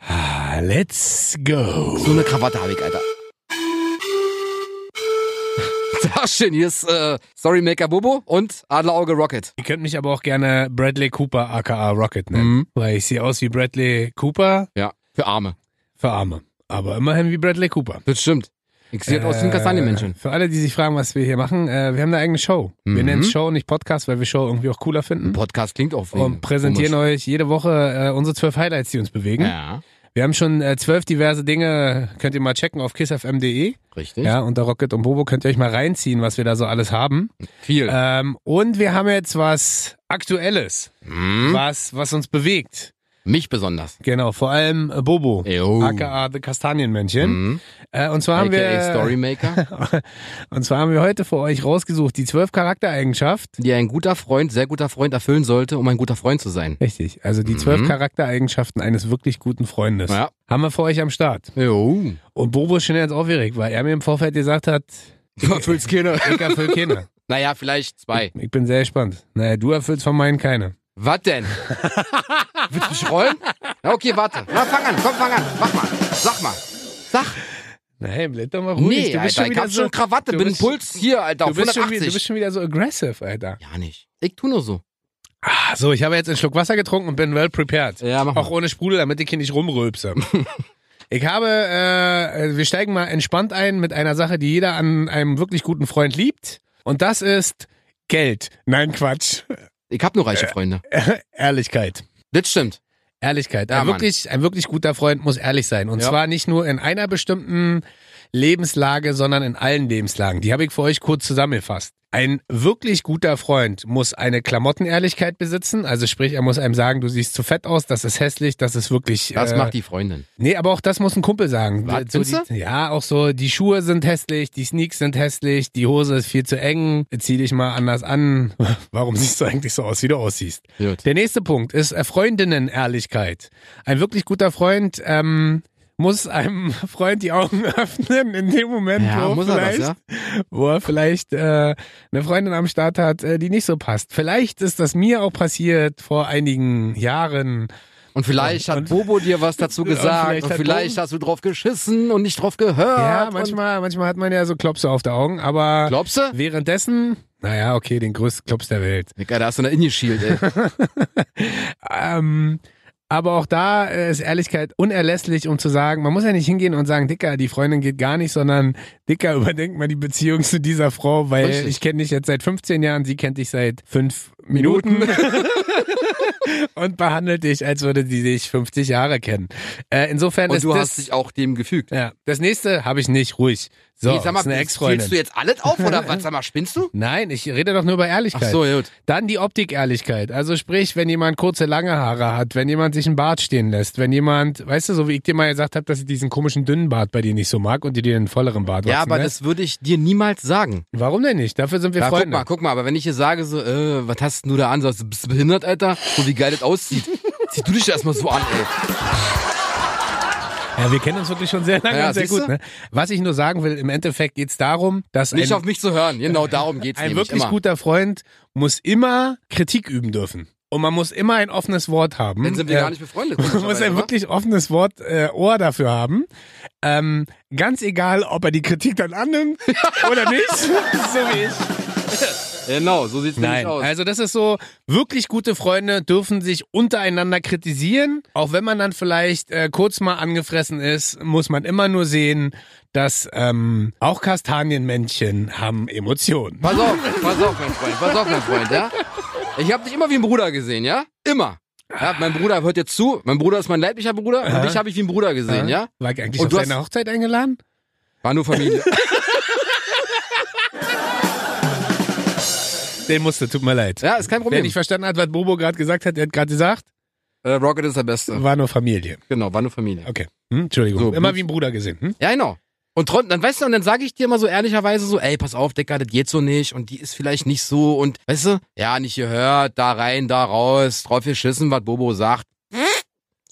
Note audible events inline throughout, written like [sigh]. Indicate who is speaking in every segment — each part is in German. Speaker 1: Ja, Ah, let's go.
Speaker 2: So eine Krawatte habe ich, Alter. [laughs] Sehr Hier ist äh, Sorry Maker Bobo und Adlerauge Rocket.
Speaker 1: Ihr könnt mich aber auch gerne Bradley Cooper aka Rocket nennen,
Speaker 2: Mhm.
Speaker 1: weil ich sehe aus wie Bradley Cooper
Speaker 2: Ja, für Arme.
Speaker 1: für Arme. Aber immerhin wie Bradley Cooper.
Speaker 2: Das stimmt. Ich sehe aus wie ein Kastanienmenschen.
Speaker 1: Äh, Für alle, die sich fragen, was wir hier machen, äh, wir haben eine eigene Show. Wir
Speaker 2: Mhm.
Speaker 1: nennen es Show, nicht Podcast, weil wir Show irgendwie auch cooler finden.
Speaker 2: Podcast klingt auch
Speaker 1: Und präsentieren euch jede Woche äh, unsere zwölf Highlights, die uns bewegen.
Speaker 2: Ja,
Speaker 1: Wir haben schon äh, zwölf diverse Dinge, könnt ihr mal checken auf kissfm.de.
Speaker 2: richtig.
Speaker 1: Ja, unter Rocket und Bobo könnt ihr euch mal reinziehen, was wir da so alles haben.
Speaker 2: Viel.
Speaker 1: Ähm, und wir haben jetzt was Aktuelles,
Speaker 2: Hm,
Speaker 1: was, was uns bewegt.
Speaker 2: Mich besonders. oh.
Speaker 1: Genau, vor allem äh, Bobo,
Speaker 2: Jo.
Speaker 1: aka The Kastanienmännchen.
Speaker 2: Hm,
Speaker 1: Äh, und zwar haben wir...
Speaker 2: AKA Storymaker,
Speaker 1: [laughs] Und zwar haben wir heute für euch rausgesucht die zwölf Charaktereigenschaften.
Speaker 2: die ein guter Freund, sehr guter Freund erfüllen sollte, um ein guter Freund zu sein.
Speaker 1: Richtig, also die zwölf
Speaker 2: Mhm.
Speaker 1: Charaktereigenschaften eines wirklich guten Freundes.
Speaker 2: Ja.
Speaker 1: Haben wir für euch am Start.
Speaker 2: Jo.
Speaker 1: Und Bobo ist schon jetzt aufgeregt, weil er mir im Vorfeld gesagt hat,
Speaker 2: Du erfüllst keine.
Speaker 1: [laughs] ich erfüll keine.
Speaker 2: Naja, vielleicht zwei.
Speaker 1: Ich bin sehr gespannt. Naja, du erfüllst von meinen keine.
Speaker 2: Was [laughs] denn? Willst du mich rollen? Na okay, warte. Na, fang an, komm, fang an. Mach mal. Sag mal. Sag.
Speaker 1: Nein, bleib doch mal ruhig.
Speaker 2: Nee,
Speaker 1: du bist
Speaker 2: Alter,
Speaker 1: schon
Speaker 2: ich
Speaker 1: wieder
Speaker 2: hab
Speaker 1: so,
Speaker 2: schon Krawatte,
Speaker 1: du
Speaker 2: bin
Speaker 1: bist-
Speaker 2: Puls hier, Alter,
Speaker 1: du
Speaker 2: auf
Speaker 1: bist, schon, wieder-
Speaker 2: 180.
Speaker 1: du bist schon wieder so aggressive, Alter.
Speaker 2: ja, nicht. Ich tu nur so.
Speaker 1: Ah, so, ich habe jetzt einen Schluck Wasser getrunken und bin well prepared.
Speaker 2: Ja, mach mal.
Speaker 1: Auch ohne Sprudel, damit ich hier nicht [laughs] rumrülpse. ich habe, äh, wir steigen mal entspannt ein mit einer Sache, die jeder an einem wirklich guten Freund liebt. Und das ist Geld. Nein, Quatsch.
Speaker 2: Ich hab nur reiche Freunde.
Speaker 1: Ehrlichkeit.
Speaker 2: Das stimmt.
Speaker 1: Ehrlichkeit.
Speaker 2: Ja,
Speaker 1: ein,
Speaker 2: Mann.
Speaker 1: wirklich, ein wirklich guter Freund muss ehrlich sein. Und
Speaker 2: Ja.
Speaker 1: zwar nicht nur in einer bestimmten Lebenslage, sondern in allen Lebenslagen. Die habe ich für euch kurz zusammengefasst. Ein wirklich guter Freund muss eine Klamottenehrlichkeit besitzen. Also sprich, er muss einem sagen, du siehst zu fett aus, das ist hässlich, das ist wirklich.
Speaker 2: Das
Speaker 1: äh,
Speaker 2: macht die Freundin.
Speaker 1: Nee, aber auch das muss ein Kumpel sagen.
Speaker 2: Was,
Speaker 1: so
Speaker 2: findest
Speaker 1: die, ja, auch so, die Schuhe sind hässlich, die Sneaks sind hässlich, die Hose ist viel zu eng, zieh dich mal anders an. [laughs] Warum siehst du eigentlich so aus, wie du aussiehst?
Speaker 2: Gut.
Speaker 1: Der nächste Punkt ist äh, Freundinnen-Ehrlichkeit. Ein wirklich guter Freund ähm, muss einem [laughs] Freund die Augen öffnen in dem Moment,
Speaker 2: Ja,
Speaker 1: wo,
Speaker 2: muss er das,
Speaker 1: vielleicht,
Speaker 2: ja?
Speaker 1: wo er vielleicht äh, eine Freundin am Start hat, äh, die nicht so passt. Vielleicht ist das mir auch passiert vor einigen Jahren.
Speaker 2: Und vielleicht hat
Speaker 1: Und-
Speaker 2: Bobo dir was dazu
Speaker 1: Und
Speaker 2: gesagt.
Speaker 1: vielleicht
Speaker 2: Und
Speaker 1: hat
Speaker 2: vielleicht
Speaker 1: Bobo-
Speaker 2: hast du drauf geschissen und nicht drauf gehört.
Speaker 1: Ja,
Speaker 2: und-
Speaker 1: manchmal, manchmal hat man ja so Klopse auf der Augen, aber
Speaker 2: Glaubst du?
Speaker 1: währenddessen, naja, okay, den größten Klops der Welt.
Speaker 2: Digga, da hast du eine Innie-Shield, [laughs] ey.
Speaker 1: Ähm, aber auch da äh, ist Ehrlichkeit unerlässlich, um zu sagen, man muss ja nicht hingehen und sagen, Dicker, die Freundin geht gar nicht, sondern Dicker, [laughs] überdenk mal die Beziehung zu dieser Frau, weil
Speaker 2: Richtig.
Speaker 1: ich kenne dich jetzt seit 15 Jahren, sie kennt dich seit fünf Minuten. [laughs] und behandelt dich, als würde sie dich 50 Jahre kennen. Äh, insofern
Speaker 2: Und
Speaker 1: ist
Speaker 2: du
Speaker 1: das,
Speaker 2: hast dich auch dem gefügt.
Speaker 1: ja, das nächste habe ich nicht, ruhig. So,
Speaker 2: Nee, sag mal,
Speaker 1: ist eine Ex-Freundin.
Speaker 2: Spielst du jetzt alles auf [laughs] oder was? Sag mal, spinnst du?
Speaker 1: Nein, ich rede doch nur über Ehrlichkeit.
Speaker 2: Ach so, gut.
Speaker 1: Dann die Optikehrlichkeit. Also sprich, wenn jemand kurze, lange Haare hat, wenn jemand sich einen Bart stehen lässt, wenn jemand, weißt du, so wie ich dir mal gesagt habe, dass ich diesen komischen dünnen Bart bei dir nicht so mag und dir den volleren Bart
Speaker 2: Ja,
Speaker 1: wachsen
Speaker 2: aber
Speaker 1: lässt.
Speaker 2: das würde ich dir niemals sagen.
Speaker 1: Warum denn nicht? Dafür sind wir
Speaker 2: Ja, guck
Speaker 1: Freunde.
Speaker 2: mal, guck mal, aber wenn ich hier sage, so, äh, was hast denn du da an? Sagst du, bist du behindert, Alter? So wie geil
Speaker 1: [laughs]
Speaker 2: das aussieht. Zieh du dich erstmal so an, ey.
Speaker 1: Ja, wir kennen uns wirklich schon sehr lange
Speaker 2: Ja,
Speaker 1: und sehr
Speaker 2: siehst
Speaker 1: gut. Ne? Was ich nur sagen will, im Endeffekt geht's darum, dass
Speaker 2: Nicht
Speaker 1: ein,
Speaker 2: auf mich zu hören. Genau darum geht's
Speaker 1: ein
Speaker 2: nämlich
Speaker 1: wirklich
Speaker 2: immer.
Speaker 1: guter Freund muss immer Kritik üben dürfen. Und man muss immer ein offenes Wort haben. Äh,
Speaker 2: Dann sind wir
Speaker 1: Ja.
Speaker 2: gar nicht
Speaker 1: [laughs]
Speaker 2: befreundet.
Speaker 1: Man muss ein
Speaker 2: komischerweise,
Speaker 1: wirklich offenes Wort äh, Ohr dafür haben. Ähm, ganz egal, ob er die Kritik dann
Speaker 2: [laughs]
Speaker 1: annimmt oder nicht. so wie ich.
Speaker 2: wa? Genau, so sieht's nämlich
Speaker 1: Nein,
Speaker 2: aus.
Speaker 1: also das ist so, wirklich gute Freunde dürfen sich untereinander kritisieren. Auch wenn man dann vielleicht äh, kurz mal angefressen ist, muss man immer nur sehen, dass ähm, auch Kastanienmännchen haben Emotionen.
Speaker 2: Pass auf, pass auf, mein Freund, pass auf, mein Freund, ja? Ich habe dich immer wie ein Bruder gesehen, ja? Immer. Ja, mein Bruder hört jetzt zu. Mein Bruder ist mein leiblicher Bruder und dich habe ich wie ein Bruder gesehen, ja?
Speaker 1: War ich eigentlich
Speaker 2: Und
Speaker 1: auf
Speaker 2: du hast-
Speaker 1: deine Hochzeit eingeladen?
Speaker 2: War
Speaker 1: [laughs]
Speaker 2: nur Familie.
Speaker 1: Den musste, tut mir leid.
Speaker 2: Ja, ist kein
Speaker 1: Wer
Speaker 2: Problem.
Speaker 1: nicht verstanden hat, was Bobo gerade gesagt hat, der hat gerade gesagt,
Speaker 2: Äh, Rocket ist der Beste.
Speaker 1: war nur Familie.
Speaker 2: Genau, war nur Familie.
Speaker 1: Okay. Hm? Entschuldigung.
Speaker 2: So,
Speaker 1: Immer
Speaker 2: gut.
Speaker 1: wie ein Bruder gesehen. Hm?
Speaker 2: Ja, genau. Und tro- dann weißt du, und dann sage ich dir mal so ehrlicherweise so, ey, pass auf, Decker, das geht so nicht und die ist vielleicht nicht so und weißt du, ja, nicht gehört, da rein, da raus, drauf geschissen, was Bobo sagt.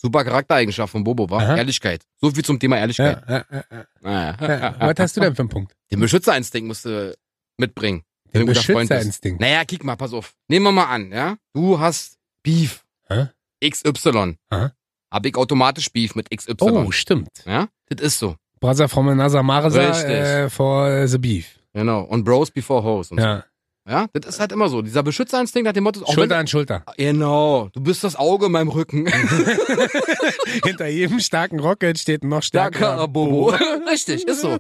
Speaker 2: Super Charaktereigenschaft von Bobo, war
Speaker 1: Aha.
Speaker 2: Ehrlichkeit. So viel zum Thema Ehrlichkeit.
Speaker 1: Ja, ja, ja, ja.
Speaker 2: Naja.
Speaker 1: Ja, Was hast du denn für einen Punkt?
Speaker 2: [laughs] Den Beschützerinstinkt musst du mitbringen. wenn
Speaker 1: Den
Speaker 2: du ein guter Freund bist.
Speaker 1: Beschützerinstinkt.
Speaker 2: Naja, kick mal, pass auf. Nehmen wir mal an, ja? Du hast Beef.
Speaker 1: Hä?
Speaker 2: XY.
Speaker 1: Hä?
Speaker 2: Hab ich automatisch Beef mit XY.
Speaker 1: Oh, stimmt.
Speaker 2: Ja? Das ist so.
Speaker 1: Brother from another Marza
Speaker 2: Richtig.
Speaker 1: äh, for the beef.
Speaker 2: Genau. Und Bros before Hoes. Und
Speaker 1: Ja.
Speaker 2: So. ja? Das ist halt immer so. Dieser Beschützerinstinkt hat dem Motto, auch
Speaker 1: Schulter an Schulter.
Speaker 2: wenn, Genau. Du bist das Auge in meinem Rücken.
Speaker 1: [laughs] Hinter jedem starken Rocket steht ein noch
Speaker 2: Danke,
Speaker 1: stärkerer [laughs]
Speaker 2: Bobo. [laughs] Richtig, ist so.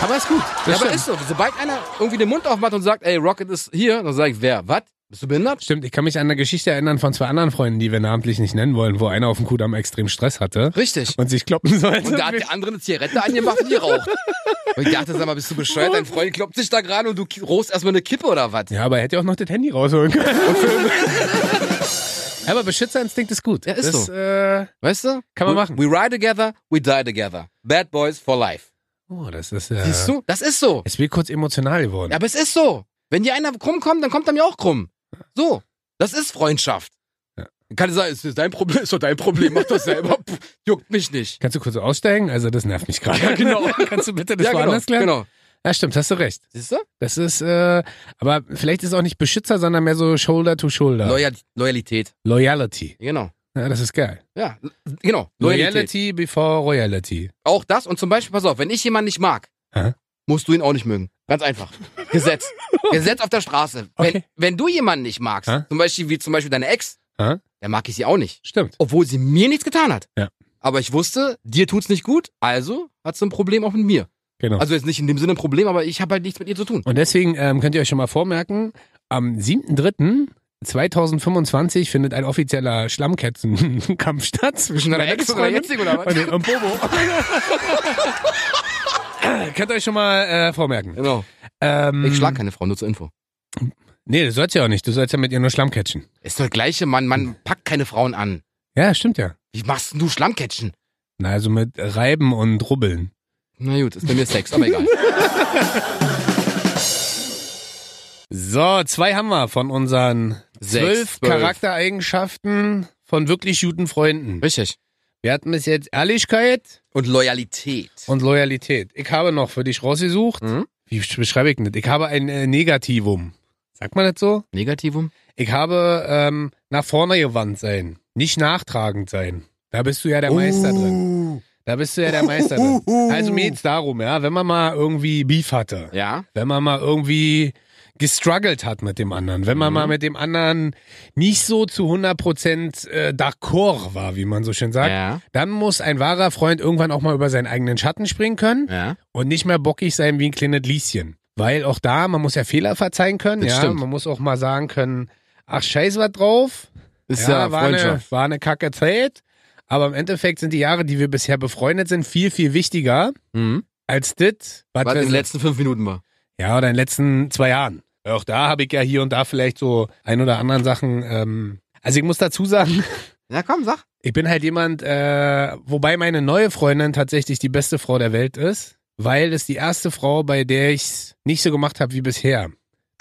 Speaker 1: Aber ist gut. Oh.
Speaker 2: Ja,
Speaker 1: Das
Speaker 2: aber
Speaker 1: stimmt.
Speaker 2: ist so. Sobald einer irgendwie den Mund aufmacht und sagt, ey, Rocket ist hier, dann sage ich, wer? Was? Bist du behindert?
Speaker 1: Stimmt, ich kann mich an eine Geschichte erinnern von zwei anderen Freunden, die wir namentlich nicht nennen wollen, wo einer auf dem Kudamm extrem Stress hatte [laughs]
Speaker 2: Richtig.
Speaker 1: und sich kloppen sollte.
Speaker 2: Und da hat der andere eine Zigarette angemacht und die raucht. Und ich dachte, sag mal, bist du bescheuert? Dein Freund kloppt sich da gerade und du ki- rochst erstmal eine Kippe oder was?
Speaker 1: ja, aber er hätte ja auch noch das Handy rausholen
Speaker 2: [laughs]
Speaker 1: können. aber Beschützerinstinkt ist gut.
Speaker 2: Ja, ist
Speaker 1: das,
Speaker 2: so.
Speaker 1: Äh,
Speaker 2: Weißt du?
Speaker 1: Kann man
Speaker 2: we,
Speaker 1: machen.
Speaker 2: We ride together, we die together. Bad Boys for life.
Speaker 1: oh, das ist. Äh,
Speaker 2: Siehst du? Das ist so.
Speaker 1: Es wird kurz emotional geworden.
Speaker 2: Ja, aber es ist so. Wenn dir einer krumm kommt, dann kommt er mir auch krumm. So. Das ist Freundschaft.
Speaker 1: Ja.
Speaker 2: Kann ich sagen, ist das dein Problem, ist doch dein Problem, mach
Speaker 1: [laughs]
Speaker 2: das selber. Puh, juckt mich nicht.
Speaker 1: Kannst du kurz aussteigen? Also das nervt mich gerade.
Speaker 2: Ja, genau.
Speaker 1: [laughs] Kannst du bitte das
Speaker 2: ja, genau,
Speaker 1: woanders klären?
Speaker 2: genau.
Speaker 1: Ja, stimmt, hast du recht.
Speaker 2: Siehst du?
Speaker 1: Das ist, äh, aber vielleicht ist es auch nicht Beschützer, sondern mehr so Shoulder to Shoulder.
Speaker 2: Loyal Loyalität.
Speaker 1: Loyalty.
Speaker 2: Genau.
Speaker 1: Ja, das ist geil.
Speaker 2: Ja, l- genau. Loyalität.
Speaker 1: Loyalty before Royalty.
Speaker 2: Auch das und zum Beispiel, pass auf, wenn ich jemanden nicht mag,
Speaker 1: Hä?
Speaker 2: musst du ihn auch nicht mögen. Ganz einfach.
Speaker 1: [laughs]
Speaker 2: Gesetz. Gesetz auf der Straße. Wenn,
Speaker 1: Okay.
Speaker 2: wenn du jemanden nicht magst,
Speaker 1: Hä?
Speaker 2: zum Beispiel wie zum Beispiel deine Ex,
Speaker 1: Hä?
Speaker 2: dann mag ich sie auch nicht.
Speaker 1: Stimmt.
Speaker 2: Obwohl sie mir nichts getan hat.
Speaker 1: Ja.
Speaker 2: Aber ich wusste, dir tut's nicht gut, also hat sie ein Problem auch mit mir.
Speaker 1: Genau.
Speaker 2: Also jetzt nicht in dem Sinne ein Problem, aber ich habe halt nichts mit ihr zu tun.
Speaker 1: Und deswegen ähm, könnt ihr euch schon mal vormerken, am 7.3.2025 findet ein offizieller Schlammkatzenkampf statt zwischen deiner
Speaker 2: Ex oder
Speaker 1: Ex-Freundin
Speaker 2: jetzigen oder
Speaker 1: und
Speaker 2: was?
Speaker 1: dem- und Bobo. [laughs] könnt ihr euch schon mal äh, vormerken.
Speaker 2: Genau.
Speaker 1: Ähm,
Speaker 2: Ich schlag keine Frau, nur zur Info.
Speaker 1: Nee, du sollst ja auch nicht. Du sollst ja mit ihr nur Schlammcatchen.
Speaker 2: Ist doch das gleiche, Mann. Man packt keine Frauen an.
Speaker 1: Ja, stimmt ja.
Speaker 2: Wie machst denn du Schlammcatchen?
Speaker 1: Na, also mit Reiben und Rubbeln.
Speaker 2: Na gut, ist bei mir Sex,
Speaker 1: [laughs]
Speaker 2: aber egal.
Speaker 1: So, zwei haben wir von unseren
Speaker 2: Sechs,
Speaker 1: zwölf
Speaker 2: zwölf.
Speaker 1: Charaktereigenschaften von wirklich guten Freunden.
Speaker 2: Richtig.
Speaker 1: Wir hatten bis jetzt Ehrlichkeit
Speaker 2: Und Loyalität.
Speaker 1: und Loyalität. Ich habe noch für dich rausgesucht.
Speaker 2: Mhm.
Speaker 1: Wie sch- beschreibe ich denn das? Ich habe ein äh, Negativum. Sagt man das so?
Speaker 2: Negativum?
Speaker 1: Ich habe ähm, nach vorne gewandt sein. Nicht nachtragend sein. Da bist du ja der Meister
Speaker 2: Oh.
Speaker 1: drin.
Speaker 2: Uh.
Speaker 1: Da bist du ja der Meister drin. Also mir geht's darum, ja, wenn man mal irgendwie Beef hatte.
Speaker 2: Ja.
Speaker 1: wenn man mal irgendwie gestruggelt hat mit dem anderen, wenn man
Speaker 2: Mhm.
Speaker 1: mal mit dem anderen nicht so zu 100% äh, d'accord war, wie man so schön sagt,
Speaker 2: Ja.
Speaker 1: dann muss ein wahrer Freund irgendwann auch mal über seinen eigenen Schatten springen können
Speaker 2: Ja.
Speaker 1: und nicht mehr bockig sein wie ein kleines Lieschen. Weil auch da, man muss ja Fehler verzeihen können,
Speaker 2: Das
Speaker 1: ja,
Speaker 2: stimmt.
Speaker 1: man muss auch mal sagen können, ach scheiß was drauf,
Speaker 2: Ist
Speaker 1: ja,
Speaker 2: ja,
Speaker 1: war, eine,
Speaker 2: Freundschaft.
Speaker 1: war eine kacke Zeit, aber im Endeffekt sind die Jahre, die wir bisher befreundet sind, viel, viel wichtiger
Speaker 2: Mhm.
Speaker 1: als das, was,
Speaker 2: Was in
Speaker 1: wir
Speaker 2: den letzten fünf Minuten war.
Speaker 1: ja, oder in den letzten zwei Jahren. Auch da habe ich ja hier und da vielleicht so ein oder anderen Sachen. Ähm, also ich muss dazu sagen,
Speaker 2: Na komm, sag.
Speaker 1: ich bin halt jemand, äh, wobei meine neue Freundin tatsächlich die beste Frau der Welt ist, weil es die erste Frau, bei der ich's nicht so gemacht habe wie bisher.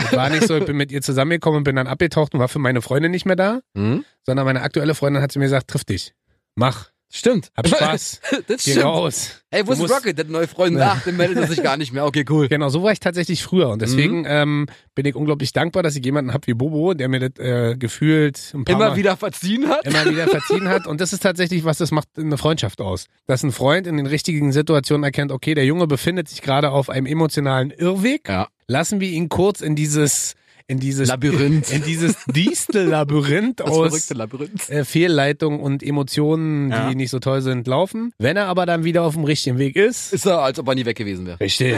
Speaker 1: Ich war nicht so, ich bin mit ihr zusammengekommen und bin dann abgetaucht und war für meine Freundin nicht mehr da,
Speaker 2: Mhm.
Speaker 1: sondern meine aktuelle Freundin hat zu mir gesagt, triff dich, mach,
Speaker 2: Stimmt.
Speaker 1: hab Spaß,
Speaker 2: [laughs] das
Speaker 1: geh
Speaker 2: stimmt.
Speaker 1: raus.
Speaker 2: Ey, wo
Speaker 1: Du
Speaker 2: ist
Speaker 1: musst-
Speaker 2: Rocket? Der hat neue Freunde. Ach, der meldet er sich gar nicht mehr. Okay, cool.
Speaker 1: Genau, so war ich tatsächlich früher.
Speaker 2: Mhm.
Speaker 1: Und deswegen ähm, bin ich unglaublich dankbar, dass ich jemanden habe wie Bobo, der mir das äh, gefühlt ein paar
Speaker 2: Immer
Speaker 1: Mal
Speaker 2: wieder verziehen hat.
Speaker 1: immer wieder verziehen hat. Und das ist tatsächlich, was das macht eine Freundschaft aus. Dass ein Freund in den richtigen Situationen erkennt, okay, der Junge befindet sich gerade auf einem emotionalen Irrweg.
Speaker 2: Ja.
Speaker 1: Lassen wir ihn kurz in dieses, in dieses,
Speaker 2: Labyrinth.
Speaker 1: in dieses Distel-Labyrinth
Speaker 2: Das
Speaker 1: aus
Speaker 2: verrückte Labyrinth.
Speaker 1: äh, Fehlleitung und Emotionen, die
Speaker 2: Ja.
Speaker 1: nicht so toll sind, laufen. Wenn er aber dann wieder auf dem richtigen Weg ist,
Speaker 2: Ist er, als ob er nie weg gewesen wäre.
Speaker 1: Richtig.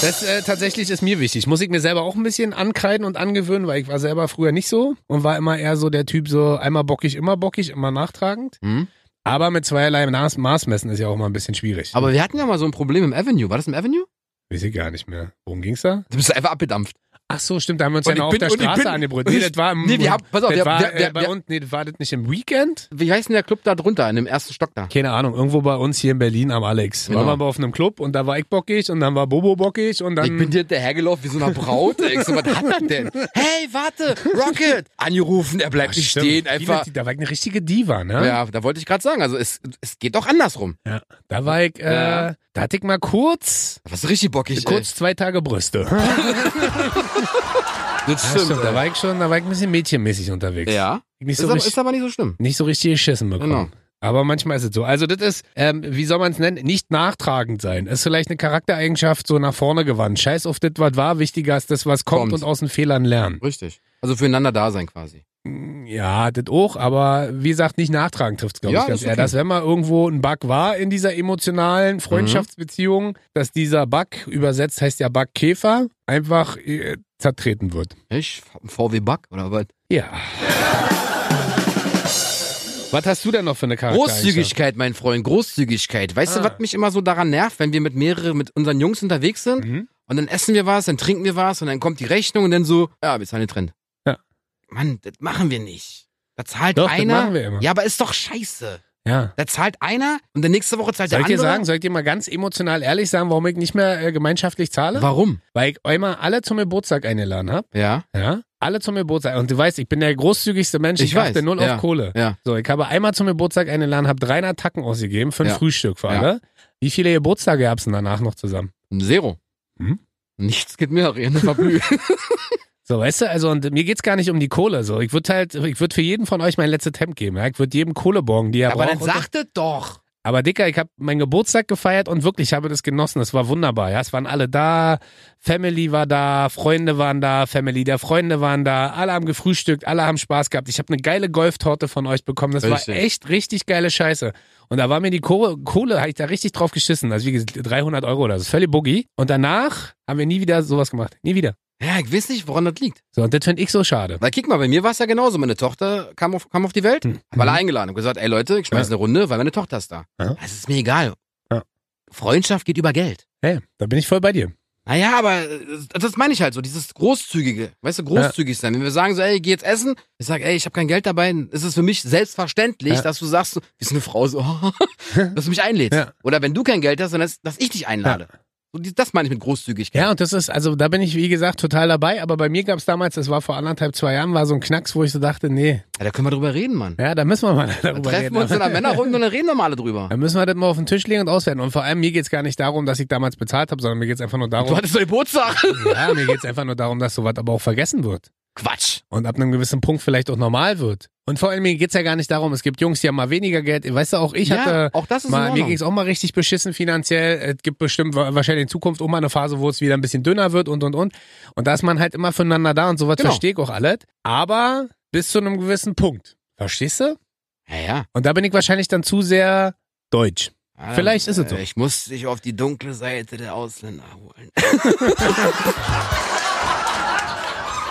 Speaker 1: Das äh, tatsächlich ist mir wichtig. Muss ich mir selber auch ein bisschen ankreiden und angewöhnen, weil ich war selber früher nicht so und war immer eher so der Typ, so einmal bockig, immer bockig, immer nachtragend.
Speaker 2: Mhm.
Speaker 1: Aber mit zweierlei Maß, Maß messen ist ja auch mal ein bisschen schwierig.
Speaker 2: Aber wir hatten ja mal so ein Problem im Avenue. War das im Avenue?
Speaker 1: Weiß ich gar nicht mehr. Worum ging's da?
Speaker 2: Du bist einfach abgedampft.
Speaker 1: Ach so, stimmt, da haben wir uns
Speaker 2: Und
Speaker 1: ja noch
Speaker 2: ich
Speaker 1: auf der
Speaker 2: bin- und ich
Speaker 1: Straße
Speaker 2: bin-
Speaker 1: angebrüllt. [laughs] Nee, das war im.
Speaker 2: Nee, wir haben, pass auf,
Speaker 1: das
Speaker 2: wir,
Speaker 1: war,
Speaker 2: wir,
Speaker 1: äh,
Speaker 2: wir,
Speaker 1: bei
Speaker 2: wir,
Speaker 1: uns, nee, war das nicht im Weekend?
Speaker 2: wie heißt denn der Club da drunter, in dem ersten Stock da?
Speaker 1: Keine Ahnung, irgendwo bei uns hier in Berlin am Alex.
Speaker 2: Genau.
Speaker 1: Waren wir aber auf einem Club und da war ich bockig und dann war Bobo bockig und dann.
Speaker 2: Ich bin dir hinterhergelaufen wie so eine Braut. Ich so, was hat er denn? Hey, warte, Rocket! Angerufen, er bleibt
Speaker 1: Ach,
Speaker 2: nicht
Speaker 1: stimmt.
Speaker 2: stehen,
Speaker 1: Die- ne,
Speaker 2: einfach.
Speaker 1: die- Da war ich eine richtige Diva, ne?
Speaker 2: Ja, da wollte ich gerade sagen, also es, es geht doch andersrum.
Speaker 1: Ja, da war ich, äh,
Speaker 2: Ja.
Speaker 1: da hatte ich mal kurz,
Speaker 2: Was richtig bockig,
Speaker 1: kurz zwei Tage Brüste.
Speaker 2: Das
Speaker 1: Ja,
Speaker 2: stimmt.
Speaker 1: stimmt, da
Speaker 2: ey.
Speaker 1: war ich schon, da war ich ein bisschen mädchenmäßig unterwegs.
Speaker 2: ja.
Speaker 1: Nicht
Speaker 2: Ist,
Speaker 1: so,
Speaker 2: aber,
Speaker 1: richtig,
Speaker 2: ist aber Genau. nicht so schlimm.
Speaker 1: nicht so richtig geschissen bekommen. Aber manchmal ist es so. Also das ist, ähm, wie soll man es nennen, nicht nachtragend sein. Ist vielleicht eine Charaktereigenschaft so nach vorne gewandt. Scheiß auf das, was war, wichtiger ist das, was kommt,
Speaker 2: Kommt.
Speaker 1: und aus den Fehlern lernen.
Speaker 2: Richtig. Also füreinander da sein quasi.
Speaker 1: Ja, das auch, aber wie gesagt, nicht nachtragen trifft glaube
Speaker 2: Ja,
Speaker 1: ich, ganz
Speaker 2: ist okay.
Speaker 1: eher. Dass wenn mal irgendwo ein Bug war in dieser emotionalen Freundschaftsbeziehung, dass dieser Bug, übersetzt heißt ja Bugkäfer, einfach äh, zertreten wird.
Speaker 2: Ich? VW Bug oder was?
Speaker 1: Ja. Was hast du denn noch für eine Charaktereigenschaft?
Speaker 2: Großzügigkeit, mein Freund, Großzügigkeit. Weißt
Speaker 1: Ah.
Speaker 2: du, was mich immer so daran nervt, wenn wir mit mehreren, mit unseren Jungs unterwegs sind
Speaker 1: Mhm.
Speaker 2: und dann essen wir was, dann trinken wir was und dann kommt die Rechnung und dann so, ja, wir zahlen den Trend.
Speaker 1: Ja.
Speaker 2: Mann, das machen wir nicht. Da zahlt
Speaker 1: Doch, das
Speaker 2: einer.
Speaker 1: machen wir immer.
Speaker 2: Ja, aber ist doch scheiße.
Speaker 1: Ja.
Speaker 2: Da zahlt einer und dann nächste Woche zahlt
Speaker 1: Soll ich
Speaker 2: der
Speaker 1: dir
Speaker 2: andere.
Speaker 1: sagen, soll ich dir mal ganz emotional ehrlich sagen, warum ich nicht mehr äh, gemeinschaftlich zahle?
Speaker 2: Warum?
Speaker 1: Weil ich einmal alle zum Geburtstag eingeladen habe.
Speaker 2: Ja.
Speaker 1: Ja. Alle zum Geburtstag. Und du weißt, ich bin der großzügigste Mensch. Ich,
Speaker 2: Ich weiß,
Speaker 1: achte null
Speaker 2: ja,
Speaker 1: auf Kohle.
Speaker 2: ja.
Speaker 1: So, ich habe einmal zum Geburtstag einen Laden, habe drei Attacken ausgegeben für ein
Speaker 2: Ja.
Speaker 1: Frühstück für
Speaker 2: Ja.
Speaker 1: alle. Wie viele Geburtstage gab es denn danach noch zusammen?
Speaker 2: Zero.
Speaker 1: Hm?
Speaker 2: Nichts geht mir rein.
Speaker 1: [laughs]
Speaker 2: Verblüht.
Speaker 1: So, weißt du, also und mir geht's gar nicht um die Kohle. So, ich würde halt, ich würde für jeden von euch mein letztes Hemd geben. Ja? Ich würde jedem Kohle borgen, die er
Speaker 2: aber
Speaker 1: braucht.
Speaker 2: dann sagt es doch.
Speaker 1: Aber Dicker, ich habe meinen Geburtstag gefeiert und wirklich ich habe das genossen. Es war wunderbar. Ja, es waren alle da, Family war da, Freunde waren da, Family der Freunde waren da, alle haben gefrühstückt, alle haben Spaß gehabt. Ich habe eine geile Golftorte von euch bekommen. Das war
Speaker 2: Richtig.
Speaker 1: echt richtig geile Scheiße. Und da war mir die Kohle, Kohle habe ich da richtig drauf geschissen. Also wie gesagt, 300 Euro oder so. Völlig boogie. Und danach haben wir nie wieder sowas gemacht. Nie wieder.
Speaker 2: Ja, ich weiß nicht, woran das liegt.
Speaker 1: So, und das finde ich so schade.
Speaker 2: Weil guck mal, bei mir war es ja genauso. Meine Tochter kam auf, kam auf die Welt,
Speaker 1: Hm.
Speaker 2: war alle eingeladen und gesagt, ey Leute, ich schmeiß eine Runde, weil meine Tochter ist da.
Speaker 1: Ja.
Speaker 2: Das ist mir egal.
Speaker 1: Ja.
Speaker 2: Freundschaft geht über Geld.
Speaker 1: Hey, da bin ich voll bei dir.
Speaker 2: Naja, aber äh, das meine ich halt so, dieses Großzügige. Weißt du, großzügig sein. Wenn wir sagen so, ey, geh jetzt essen, ich sag, ey, ich habe kein Geld dabei, dann ist es für mich selbstverständlich,
Speaker 1: Ja.
Speaker 2: dass du sagst, so, wie ist eine Frau so, [laughs] dass du mich einlädst.
Speaker 1: Ja.
Speaker 2: Oder wenn du kein Geld hast, dann dass, dass ich dich einlade. So, die- das meine ich mit Großzügigkeit.
Speaker 1: Ja, und das ist, also da bin ich, wie gesagt, total dabei. Aber bei mir gab's damals, das war vor anderthalb, zwei Jahren, war so ein Knacks, wo ich so dachte, nee,
Speaker 2: Ja, da können wir drüber reden, Mann.
Speaker 1: ja, da müssen wir mal [laughs]
Speaker 2: Da
Speaker 1: darüber
Speaker 2: treffen
Speaker 1: reden. Also,
Speaker 2: wir uns in der Männerrunde und dann reden wir mal alle drüber.
Speaker 1: Da müssen wir das mal auf den Tisch legen und auswerten. Und vor allem, mir geht's gar nicht darum, dass ich damals bezahlt habe, sondern mir geht's einfach nur
Speaker 2: Du
Speaker 1: darum,
Speaker 2: hattest doch Geburtstag. [laughs]
Speaker 1: ja, mir geht's einfach nur darum, dass sowas aber auch vergessen wird.
Speaker 2: Quatsch.
Speaker 1: Und ab einem gewissen Punkt vielleicht auch normal wird. Und vor allem, mir geht's ja gar nicht darum, es gibt Jungs, die haben mal weniger Geld. Weißt du, auch ich hatte
Speaker 2: auch das ist
Speaker 1: Mal,
Speaker 2: in
Speaker 1: mir
Speaker 2: Ordnung.
Speaker 1: ging es auch mal richtig beschissen finanziell. Es gibt bestimmt wa- wahrscheinlich in Zukunft auch mal eine Phase, wo es wieder ein bisschen dünner wird und und und. Und da ist man halt immer füreinander da und sowas
Speaker 2: Genau.
Speaker 1: verstehe ich auch alles. Aber bis zu einem gewissen Punkt. Verstehst du?
Speaker 2: ja, ja.
Speaker 1: Und da bin ich wahrscheinlich dann zu sehr deutsch.
Speaker 2: Ähm,
Speaker 1: Vielleicht ist es so.
Speaker 2: äh, Ich muss dich auf die dunkle Seite der Ausländer holen.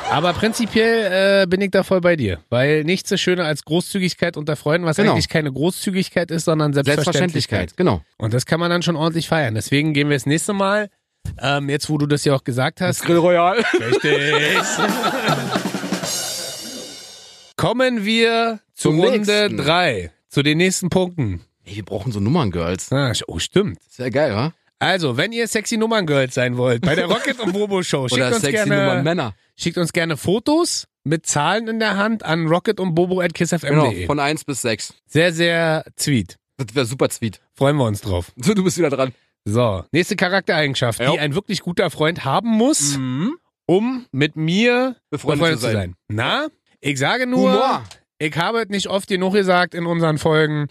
Speaker 1: Aber prinzipiell äh, bin ich da voll bei dir. Weil nichts ist schöner als Großzügigkeit unter Freunden, was
Speaker 2: Genau.
Speaker 1: eigentlich keine Großzügigkeit ist, sondern Selbstverständlichkeit.
Speaker 2: Selbstverständlichkeit, genau.
Speaker 1: Und das kann man dann schon ordentlich feiern. Deswegen gehen wir das nächste Mal, ähm, jetzt wo du das ja auch gesagt hast,
Speaker 2: Grill Royal.
Speaker 1: Richtig. Kommen wir zu
Speaker 2: Zum
Speaker 1: Runde
Speaker 2: nächsten.
Speaker 1: 3. Zu den nächsten Punkten.
Speaker 2: Ey, wir brauchen so Nummern, Girls.
Speaker 1: Ah, oh, stimmt.
Speaker 2: Ist ja geil, wa?
Speaker 1: Also, wenn ihr sexy Nummerngirls sein wollt, bei der Rocket und Bobo
Speaker 2: [laughs]
Speaker 1: Show, schickt,
Speaker 2: Oder
Speaker 1: uns
Speaker 2: sexy Nummern
Speaker 1: gerne,
Speaker 2: Männer.
Speaker 1: schickt uns gerne Fotos mit Zahlen in der Hand an rocket und bobo at
Speaker 2: Genau,
Speaker 1: kissfm.de.
Speaker 2: von 1 bis 6.
Speaker 1: E. Sehr, sehr sweet.
Speaker 2: Das wäre super sweet.
Speaker 1: Freuen wir uns drauf.
Speaker 2: [laughs] So, du bist wieder dran.
Speaker 1: So, nächste Charaktereigenschaft,
Speaker 2: Ja. Mhm.
Speaker 1: die ein wirklich guter Freund haben muss, um mit mir
Speaker 2: Befreundet,
Speaker 1: befreundet
Speaker 2: zu sein.
Speaker 1: Na, ich sage nur,
Speaker 2: Humor.
Speaker 1: Ich habe es nicht oft genug gesagt in unseren Folgen.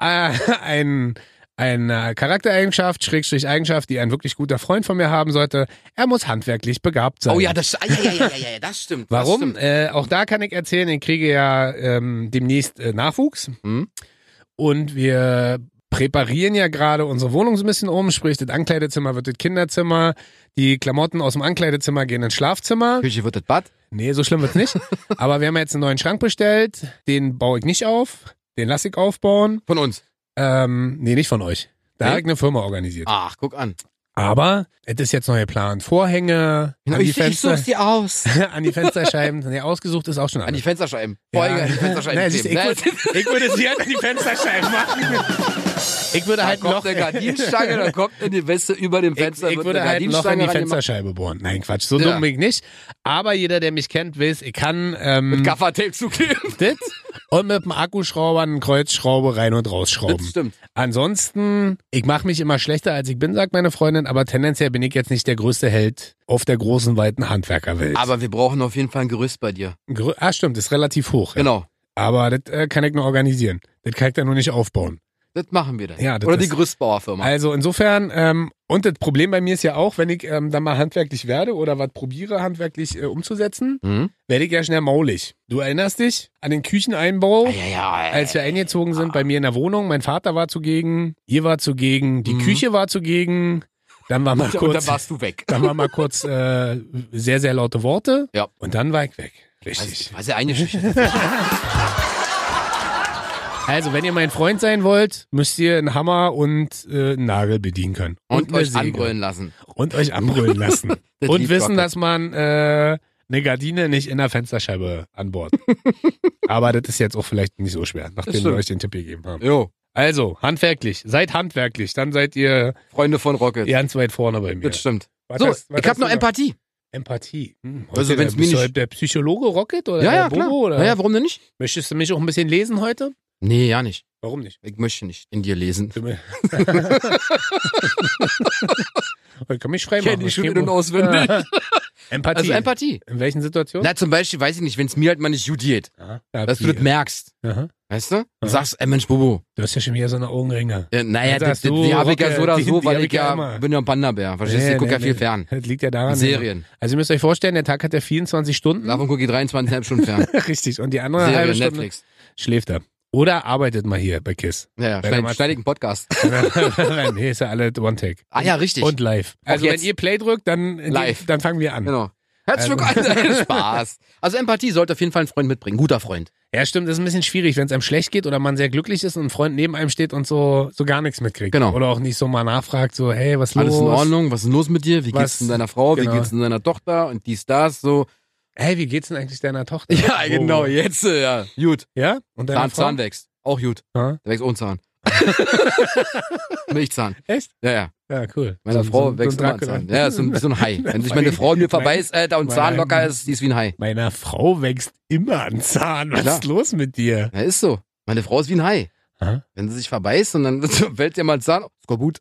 Speaker 1: Äh, [laughs] ein, eine Charaktereigenschaft, Schrägstrich Eigenschaft, die ein wirklich guter Freund von mir haben sollte. Er muss handwerklich begabt sein.
Speaker 2: Oh ja, das, ah, ja, ja, ja, ja, ja, das stimmt. Das
Speaker 1: Warum?
Speaker 2: stimmt.
Speaker 1: Äh, auch da kann ich erzählen, ich kriege ja ähm, demnächst äh, Nachwuchs
Speaker 2: Hm?
Speaker 1: und wir präparieren ja gerade unsere Wohnung so ein bisschen um, sprich das Ankleidezimmer wird das Kinderzimmer, die Klamotten aus dem Ankleidezimmer gehen ins Schlafzimmer.
Speaker 2: Küche wird das Bad.
Speaker 1: Nee, so schlimm wird's
Speaker 2: [laughs]
Speaker 1: nicht. Aber wir haben jetzt einen neuen Schrank bestellt. Den baue ich nicht auf. Den lasse ich aufbauen.
Speaker 2: Von uns.
Speaker 1: Ähm, nee, nicht von euch. Da
Speaker 2: Nee?
Speaker 1: habe ich eine Firma organisiert.
Speaker 2: Ach, guck an.
Speaker 1: Aber es ist jetzt neu geplant. Vorhänge an die,
Speaker 2: Ich, ich
Speaker 1: Fenster, [laughs]
Speaker 2: such's dir aus.
Speaker 1: an die Fensterscheiben. Nee, ausgesucht ist auch schon
Speaker 2: An die
Speaker 1: alles.
Speaker 2: Fensterscheiben.
Speaker 1: Ja.
Speaker 2: Folge an die
Speaker 1: Nee,
Speaker 2: Fensterscheiben.
Speaker 1: siehst du,
Speaker 2: kleben.
Speaker 1: ich, würde, [laughs] ich würde sie halt an die Fensterscheiben [laughs] machen. Ich würde
Speaker 2: Da
Speaker 1: halt
Speaker 2: kommt
Speaker 1: noch...
Speaker 2: eine Gardinenstange, da kommt eine Weste über dem
Speaker 1: Ich,
Speaker 2: Fenster.
Speaker 1: ich
Speaker 2: wird
Speaker 1: würde
Speaker 2: eine
Speaker 1: halt noch in die
Speaker 2: Gardinenstange reingemacht.
Speaker 1: Fensterscheibe bohren. Nein, Quatsch, so
Speaker 2: Ja.
Speaker 1: dumm bin ich nicht. Aber jeder, der mich kennt, weiß, ich kann... Ähm,
Speaker 2: Gaffertape zukleben.
Speaker 1: das und mit dem Akkuschrauber eine Kreuzschraube rein und
Speaker 2: Das
Speaker 1: rausschrauben.
Speaker 2: stimmt.
Speaker 1: Ansonsten, ich mache mich immer schlechter, als ich bin, sagt meine Freundin, aber tendenziell bin ich jetzt nicht der größte Held auf der großen, weiten Handwerkerwelt.
Speaker 2: Aber wir brauchen auf jeden Fall ein Gerüst bei dir.
Speaker 1: Grö- ah, stimmt, ist relativ hoch. Ja.
Speaker 2: Genau.
Speaker 1: Aber das äh, kann ich nur organisieren. Das kann ich dann nur nicht aufbauen.
Speaker 2: Das machen wir dann.
Speaker 1: Ja, das
Speaker 2: Oder die
Speaker 1: ist-
Speaker 2: Gerüstbauerfirma.
Speaker 1: Also insofern, ähm, und das Problem bei mir ist ja auch, wenn ich ähm, dann mal handwerklich werde oder was probiere, handwerklich äh, umzusetzen,
Speaker 2: Hm?
Speaker 1: werde ich ja schnell maulig. Du erinnerst dich an den Kücheneinbau?
Speaker 2: Ah, ja, ja, ja.
Speaker 1: Als wir eingezogen sind, bei mir in der Wohnung, mein Vater war zugegen, ihr war zugegen, die
Speaker 2: Mhm.
Speaker 1: Küche war zugegen, dann war mal
Speaker 2: [laughs] und, und dann
Speaker 1: kurz,
Speaker 2: warst du weg.
Speaker 1: [laughs] dann war mal kurz äh, sehr, sehr laute Worte
Speaker 2: Ja.
Speaker 1: und dann war ich weg. Richtig.
Speaker 2: Was
Speaker 1: [laughs]
Speaker 2: ja eingeschüchtert.
Speaker 1: Also, wenn ihr mein Freund sein wollt, müsst ihr einen Hammer und äh, einen Nagel bedienen können.
Speaker 2: Und
Speaker 1: eine
Speaker 2: euch
Speaker 1: Säge.
Speaker 2: anbrüllen lassen.
Speaker 1: Und euch anbrüllen lassen.
Speaker 2: Das
Speaker 1: und
Speaker 2: liebt
Speaker 1: wissen,
Speaker 2: Rocket.
Speaker 1: dass man äh, eine Gardine nicht in der Fensterscheibe
Speaker 2: [laughs]
Speaker 1: anbohrt. Aber das ist jetzt auch vielleicht nicht so schwer, nachdem wir
Speaker 2: stimmt.
Speaker 1: euch den Tipp gegeben haben.
Speaker 2: Jo.
Speaker 1: Also, handwerklich. Seid handwerklich. Dann seid ihr
Speaker 2: Freunde von Rocket.
Speaker 1: ganz weit vorne bei mir.
Speaker 2: Das stimmt.
Speaker 1: Was
Speaker 2: so,
Speaker 1: hast- was
Speaker 2: ich
Speaker 1: hast
Speaker 2: habe noch
Speaker 1: du da?
Speaker 2: Empathie.
Speaker 1: Empathie. Hm,
Speaker 2: Also,
Speaker 1: heute,
Speaker 2: wenn's
Speaker 1: bist
Speaker 2: mir
Speaker 1: du
Speaker 2: nicht-
Speaker 1: heute der Psychologe Rocket oder
Speaker 2: Ja,
Speaker 1: der
Speaker 2: ja,
Speaker 1: Bobo?
Speaker 2: klar.
Speaker 1: Oder?
Speaker 2: Ja, ja, warum denn nicht?
Speaker 1: Möchtest du mich auch ein bisschen lesen heute?
Speaker 2: Nee, ja nicht.
Speaker 1: Warum nicht?
Speaker 2: Ich möchte nicht in dir
Speaker 1: [laughs]
Speaker 2: lesen. [laughs]
Speaker 1: Stimme. ich kann mich schreiben.
Speaker 2: Kenn ich schon in- und auswendig.
Speaker 1: Empathie.
Speaker 2: Also Empathie.
Speaker 1: In welchen Situationen?
Speaker 2: Na, zum Beispiel, weiß ich nicht, wenn es mir halt mal nicht gut geht,
Speaker 1: Aha.
Speaker 2: dass du das merkst.
Speaker 1: Aha.
Speaker 2: Weißt du?
Speaker 1: Ja.
Speaker 2: Und sagst, ey Mensch, Bobo.
Speaker 1: Du hast ja schon wieder so eine Augenringe.
Speaker 2: Äh, naja,
Speaker 1: Dann
Speaker 2: das,
Speaker 1: sagst
Speaker 2: das,
Speaker 1: du,
Speaker 2: die habe ich ja
Speaker 1: Rocket,
Speaker 2: so oder
Speaker 1: die-
Speaker 2: so,
Speaker 1: die
Speaker 2: weil
Speaker 1: hab
Speaker 2: ich
Speaker 1: ich ja
Speaker 2: ja,
Speaker 1: immer.
Speaker 2: bin ja ein Bandabär. Verstehst du?
Speaker 1: Nee,
Speaker 2: ich guck
Speaker 1: nee,
Speaker 2: ja viel
Speaker 1: nee.
Speaker 2: fern.
Speaker 1: Das liegt ja daran.
Speaker 2: Serien.
Speaker 1: Also ihr müsst euch vorstellen, der Tag hat ja 24 Stunden.
Speaker 2: Davon gucke ich 23,5 Stunden fern.
Speaker 1: [laughs] Richtig. Und die andere halbe
Speaker 2: Serien,
Speaker 1: Stunde
Speaker 2: Netflix.
Speaker 1: schläft er. Oder arbeitet mal hier bei
Speaker 2: [laughs]
Speaker 1: KISS. [laughs]
Speaker 2: Ja,
Speaker 1: der
Speaker 2: schneid,
Speaker 1: Max-
Speaker 2: schneid ich einen Podcast.
Speaker 1: nee, ist ja alle One Take.
Speaker 2: Ah ja, richtig.
Speaker 1: Und live. Also
Speaker 2: jetzt.
Speaker 1: wenn ihr Play drückt, dann,
Speaker 2: Live.
Speaker 1: dann fangen wir an.
Speaker 2: Genau. Herzlich
Speaker 1: Also-
Speaker 2: willkommen. [laughs] Spaß. Also Empathie sollte auf jeden Fall ein Freund mitbringen. Guter Freund.
Speaker 1: Ja, stimmt, das ist ein bisschen schwierig, wenn es einem schlecht geht oder man sehr glücklich ist und ein Freund neben einem steht und so, so gar nichts mitkriegt.
Speaker 2: Genau.
Speaker 1: Oder auch nicht so mal nachfragt, so, hey, was
Speaker 2: Alles
Speaker 1: los?
Speaker 2: in Ordnung? Was ist denn los mit dir? Wie
Speaker 1: Was-
Speaker 2: geht's denn deiner Frau?
Speaker 1: genau.
Speaker 2: Wie geht's denn deiner Tochter? Und dies, das,
Speaker 1: [laughs]
Speaker 2: so.
Speaker 1: Hey, wie geht's denn eigentlich deiner Tochter?
Speaker 2: Ja,
Speaker 1: Oh.
Speaker 2: genau. Jetzt, äh, ja. Gut.
Speaker 1: Ja? Und deiner
Speaker 2: Zahn,
Speaker 1: Frau?
Speaker 2: Zahn wächst. Auch gut.
Speaker 1: Ja.
Speaker 2: Der wächst
Speaker 1: [laughs]
Speaker 2: ohne Zahn. Milchzahn.
Speaker 1: Echt?
Speaker 2: Ja, ja.
Speaker 1: Ja, cool.
Speaker 2: Meiner
Speaker 1: So-
Speaker 2: Frau
Speaker 1: so-
Speaker 2: wächst
Speaker 1: so ein
Speaker 2: immer ein
Speaker 1: Dracula.
Speaker 2: Zahn. Ja, ist so, ein- so
Speaker 1: [laughs]
Speaker 2: ein Hai. Wenn sich meine Frau an mir vorbei ist, Alter, und
Speaker 1: mein-
Speaker 2: Zahn locker ist, die ist wie ein Hai.
Speaker 1: Meiner Frau wächst immer ein Zahn. Was
Speaker 2: Klar.
Speaker 1: ist los mit dir?
Speaker 2: Ja, ist so. Meine Frau ist wie ein Hai.
Speaker 1: Aha.
Speaker 2: Wenn sie sich verbeißt und dann [laughs] fällt ihr mal ein Zahn. Ist
Speaker 1: [laughs]
Speaker 2: doch gut.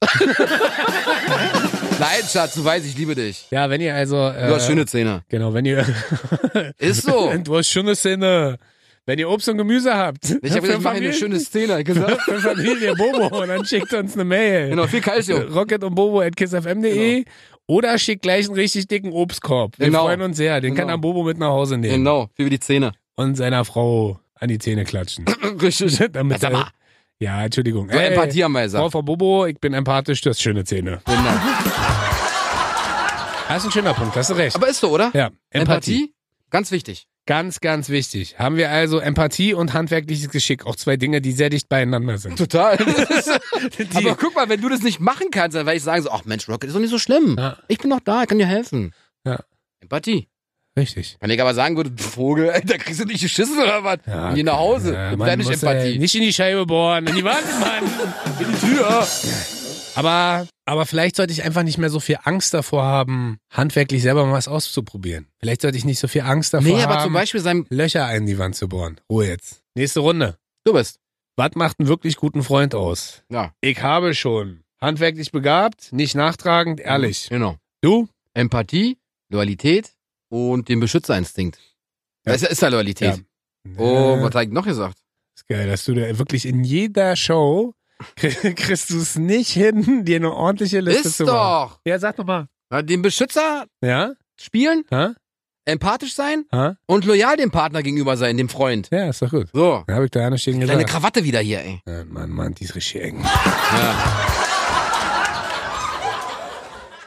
Speaker 2: Nein, Schatz, du weißt, ich liebe dich.
Speaker 1: Ja, wenn ihr also. Äh,
Speaker 2: Du hast schöne Zähne.
Speaker 1: Genau, wenn ihr. [laughs]
Speaker 2: Ist so.
Speaker 1: du hast schöne Szene. Wenn ihr Obst und Gemüse habt.
Speaker 2: Ich
Speaker 1: Für
Speaker 2: habe gesagt, ich mache eine
Speaker 1: Familien-
Speaker 2: schöne Szene. Genau,
Speaker 1: [laughs] Für Familie Bobo. Und dann schickt uns eine Mail.
Speaker 2: viel
Speaker 1: Äh,
Speaker 2: Calcio.
Speaker 1: Rocket und Bobo at kissfm.de oder schickt gleich einen richtig dicken Obstkorb. Wir
Speaker 2: Genau.
Speaker 1: freuen uns sehr. Den kann
Speaker 2: Genau.
Speaker 1: dann Bobo mit nach Hause nehmen
Speaker 2: Genau, für die Zähne.
Speaker 1: und seiner Frau an die Zähne klatschen.
Speaker 2: [laughs] Richtig.
Speaker 1: [laughs] Damit
Speaker 2: Sag Also, mal.
Speaker 1: er- ja, Entschuldigung.
Speaker 2: So Empathie haben wir
Speaker 1: Frau
Speaker 2: gesagt.
Speaker 1: von Bobo, ich bin empathisch, du hast schöne Zähne.
Speaker 2: Genau.
Speaker 1: Das ist ein schöner Punkt, hast du recht.
Speaker 2: Aber ist so, oder?
Speaker 1: ja, Empathie.
Speaker 2: Empathie? Ganz wichtig.
Speaker 1: Ganz, ganz wichtig. Haben wir also Empathie und handwerkliches Geschick. Auch zwei Dinge, die sehr dicht beieinander
Speaker 2: [laughs]
Speaker 1: sind.
Speaker 2: Total. Aber
Speaker 1: Die-
Speaker 2: guck mal, wenn du das nicht machen kannst, dann werde ich sagen so, ach Mensch, Rocket, ist doch nicht so schlimm.
Speaker 1: Ja.
Speaker 2: Ich bin noch da, ich kann dir helfen.
Speaker 1: Ja.
Speaker 2: Empathie.
Speaker 1: Richtig.
Speaker 2: Wenn ich aber sagen würde, du Vogel, da kriegst du nicht geschissen oder was?
Speaker 1: Ja,
Speaker 2: Geh nach Hause.
Speaker 1: Ja,
Speaker 2: das
Speaker 1: man
Speaker 2: wäre nicht
Speaker 1: muss,
Speaker 2: Empathie.
Speaker 1: äh, nicht in die Scheibe bohren, in die Wand, Mann.
Speaker 2: in die Tür.
Speaker 1: Aber, aber vielleicht sollte ich einfach nicht mehr so viel Angst davor haben, handwerklich selber mal was auszuprobieren. Vielleicht sollte ich nicht so viel Angst davor
Speaker 2: Nee,
Speaker 1: haben,
Speaker 2: aber zum Beispiel sein...
Speaker 1: Löcher in die Wand zu bohren. Ruhe jetzt. Nächste Runde.
Speaker 2: Du bist.
Speaker 1: Was macht einen wirklich guten Freund aus?
Speaker 2: Ja.
Speaker 1: Ich habe schon. Handwerklich begabt, nicht nachtragend, ehrlich.
Speaker 2: Genau.
Speaker 1: Du?
Speaker 2: Empathie, Loyalität und den Beschützerinstinkt.
Speaker 1: Ja.
Speaker 2: Das ist ja Loyalität. Oh, was hat ich noch gesagt?
Speaker 1: Ist geil, dass du da wirklich in jeder Show [laughs] krie- kriegst du es nicht hin, dir eine ordentliche Liste
Speaker 2: ist
Speaker 1: zu machen.
Speaker 2: doch.
Speaker 1: Ja, sag doch mal.
Speaker 2: Na, Den Beschützer
Speaker 1: Ja?
Speaker 2: spielen,
Speaker 1: Ha?
Speaker 2: empathisch sein
Speaker 1: Ha?
Speaker 2: und loyal dem Partner gegenüber sein, dem Freund.
Speaker 1: Ja, ist doch gut.
Speaker 2: So.
Speaker 1: Da habe ich da nicht stehen
Speaker 2: Deine
Speaker 1: gesagt.
Speaker 2: Krawatte wieder hier, ey.
Speaker 1: Ja, Mann, Mann, die ist richtig eng.
Speaker 2: Ja.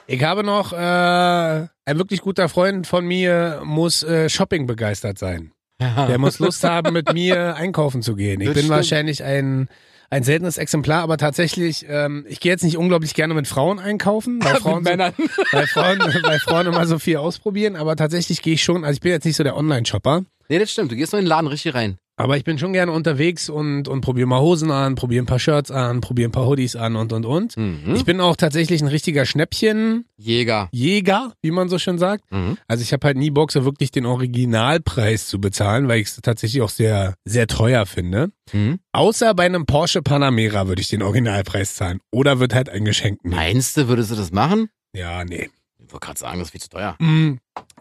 Speaker 1: Ich habe noch, äh, ein wirklich guter Freund von mir muss äh, Shopping begeistert sein. Der muss Lust haben, mit mir einkaufen zu gehen. Ich
Speaker 2: Das
Speaker 1: bin
Speaker 2: stimmt.
Speaker 1: wahrscheinlich ein, ein seltenes Exemplar, aber tatsächlich, ähm, ich gehe jetzt nicht unglaublich gerne mit Frauen einkaufen, weil Frauen,
Speaker 2: [laughs] Mit
Speaker 1: so,
Speaker 2: Männern.
Speaker 1: weil Frauen, [laughs] weil Frauen immer so viel ausprobieren, aber tatsächlich gehe ich schon, also ich bin jetzt nicht so der Online-Shopper.
Speaker 2: Nee, das stimmt. Du gehst nur in den Laden richtig rein.
Speaker 1: Aber ich bin schon gerne unterwegs und, und probiere mal Hosen an, probiere ein paar Shirts an, probiere ein paar Hoodies an und und und. Ich
Speaker 2: Mhm.
Speaker 1: bin auch tatsächlich ein richtiger Schnäppchenjäger,
Speaker 2: Jäger.
Speaker 1: wie man so schön sagt.
Speaker 2: Mhm.
Speaker 1: Also ich habe halt nie Bock, so wirklich den Originalpreis zu bezahlen, weil ich es tatsächlich auch sehr, sehr teuer finde.
Speaker 2: Mhm.
Speaker 1: Außer bei einem Porsche Panamera würde ich den Originalpreis zahlen. Oder wird halt ein Geschenk nehmen.
Speaker 2: Meinst du, würdest du das machen?
Speaker 1: Ja, nee.
Speaker 2: Ich wollte gerade sagen, das ist viel zu teuer.
Speaker 1: Mm.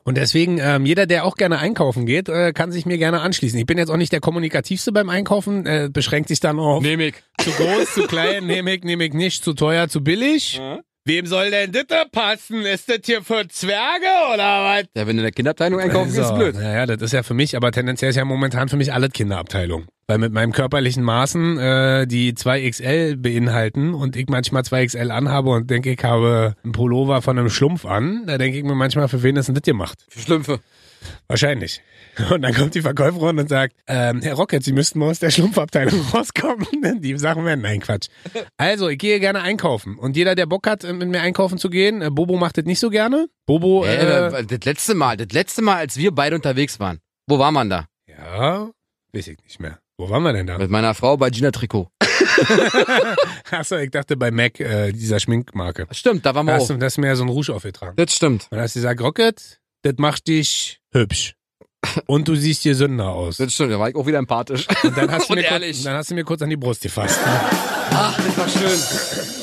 Speaker 1: Und deswegen, ähm, jeder, der auch gerne einkaufen geht, äh, kann sich mir gerne anschließen. Ich bin jetzt auch nicht der Kommunikativste beim Einkaufen, äh, beschränkt sich dann auf
Speaker 2: Nemik.
Speaker 1: zu groß, zu
Speaker 2: [laughs]
Speaker 1: klein, nehme ich, nehme ich nicht, zu teuer, zu billig. Wem soll denn das passen? Ist das hier für Zwerge oder was?
Speaker 2: Ja, wenn du in der Kinderabteilung einkaufst, ist
Speaker 1: So.
Speaker 2: blöd.
Speaker 1: Naja, das ist ja für mich, aber tendenziell ist ja momentan für mich alle Kinderabteilung. Weil mit meinem körperlichen Maßen, äh, die 2XL beinhalten und ich manchmal 2XL anhabe und denke, ich habe einen Pullover von einem Schlumpf an, da denke ich mir manchmal, für wen ist denn das gemacht?
Speaker 2: Für Schlümpfe.
Speaker 1: Wahrscheinlich. [laughs] Und dann kommt die Verkäuferin und sagt, ähm, Herr Rocket, Sie müssten mal aus der Schlumpfabteilung [laughs] rauskommen. Die Sachen werden, nein, Quatsch. Also, ich gehe gerne einkaufen. Und jeder, der Bock hat, äh, mit mir einkaufen zu gehen, äh, Bobo macht das nicht so gerne. Bobo, äh,
Speaker 2: Äh, das letzte Mal, das letzte Mal, als wir beide unterwegs waren. Wo war man da?
Speaker 1: Ja, weiß ich nicht mehr. Wo waren wir denn da?
Speaker 2: Mit meiner Frau bei Gina Trikot.
Speaker 1: Achso, ich dachte bei MAC, äh, dieser Schminkmarke.
Speaker 2: Stimmt, da waren
Speaker 1: Da
Speaker 2: wir
Speaker 1: hast
Speaker 2: auch.
Speaker 1: du das mehr so ein Rouge aufgetragen.
Speaker 2: Das stimmt.
Speaker 1: Und hast du gesagt, Rocket, das macht dich hübsch. Und du siehst dir Sünder aus.
Speaker 2: Das stimmt, da war ich auch wieder
Speaker 1: [laughs]
Speaker 2: empathisch.
Speaker 1: Und dann hast, du
Speaker 2: [laughs] Und
Speaker 1: mir kurz,
Speaker 2: ehrlich.
Speaker 1: dann hast du mir kurz an die Brust gefasst.
Speaker 2: Ach, das war schön.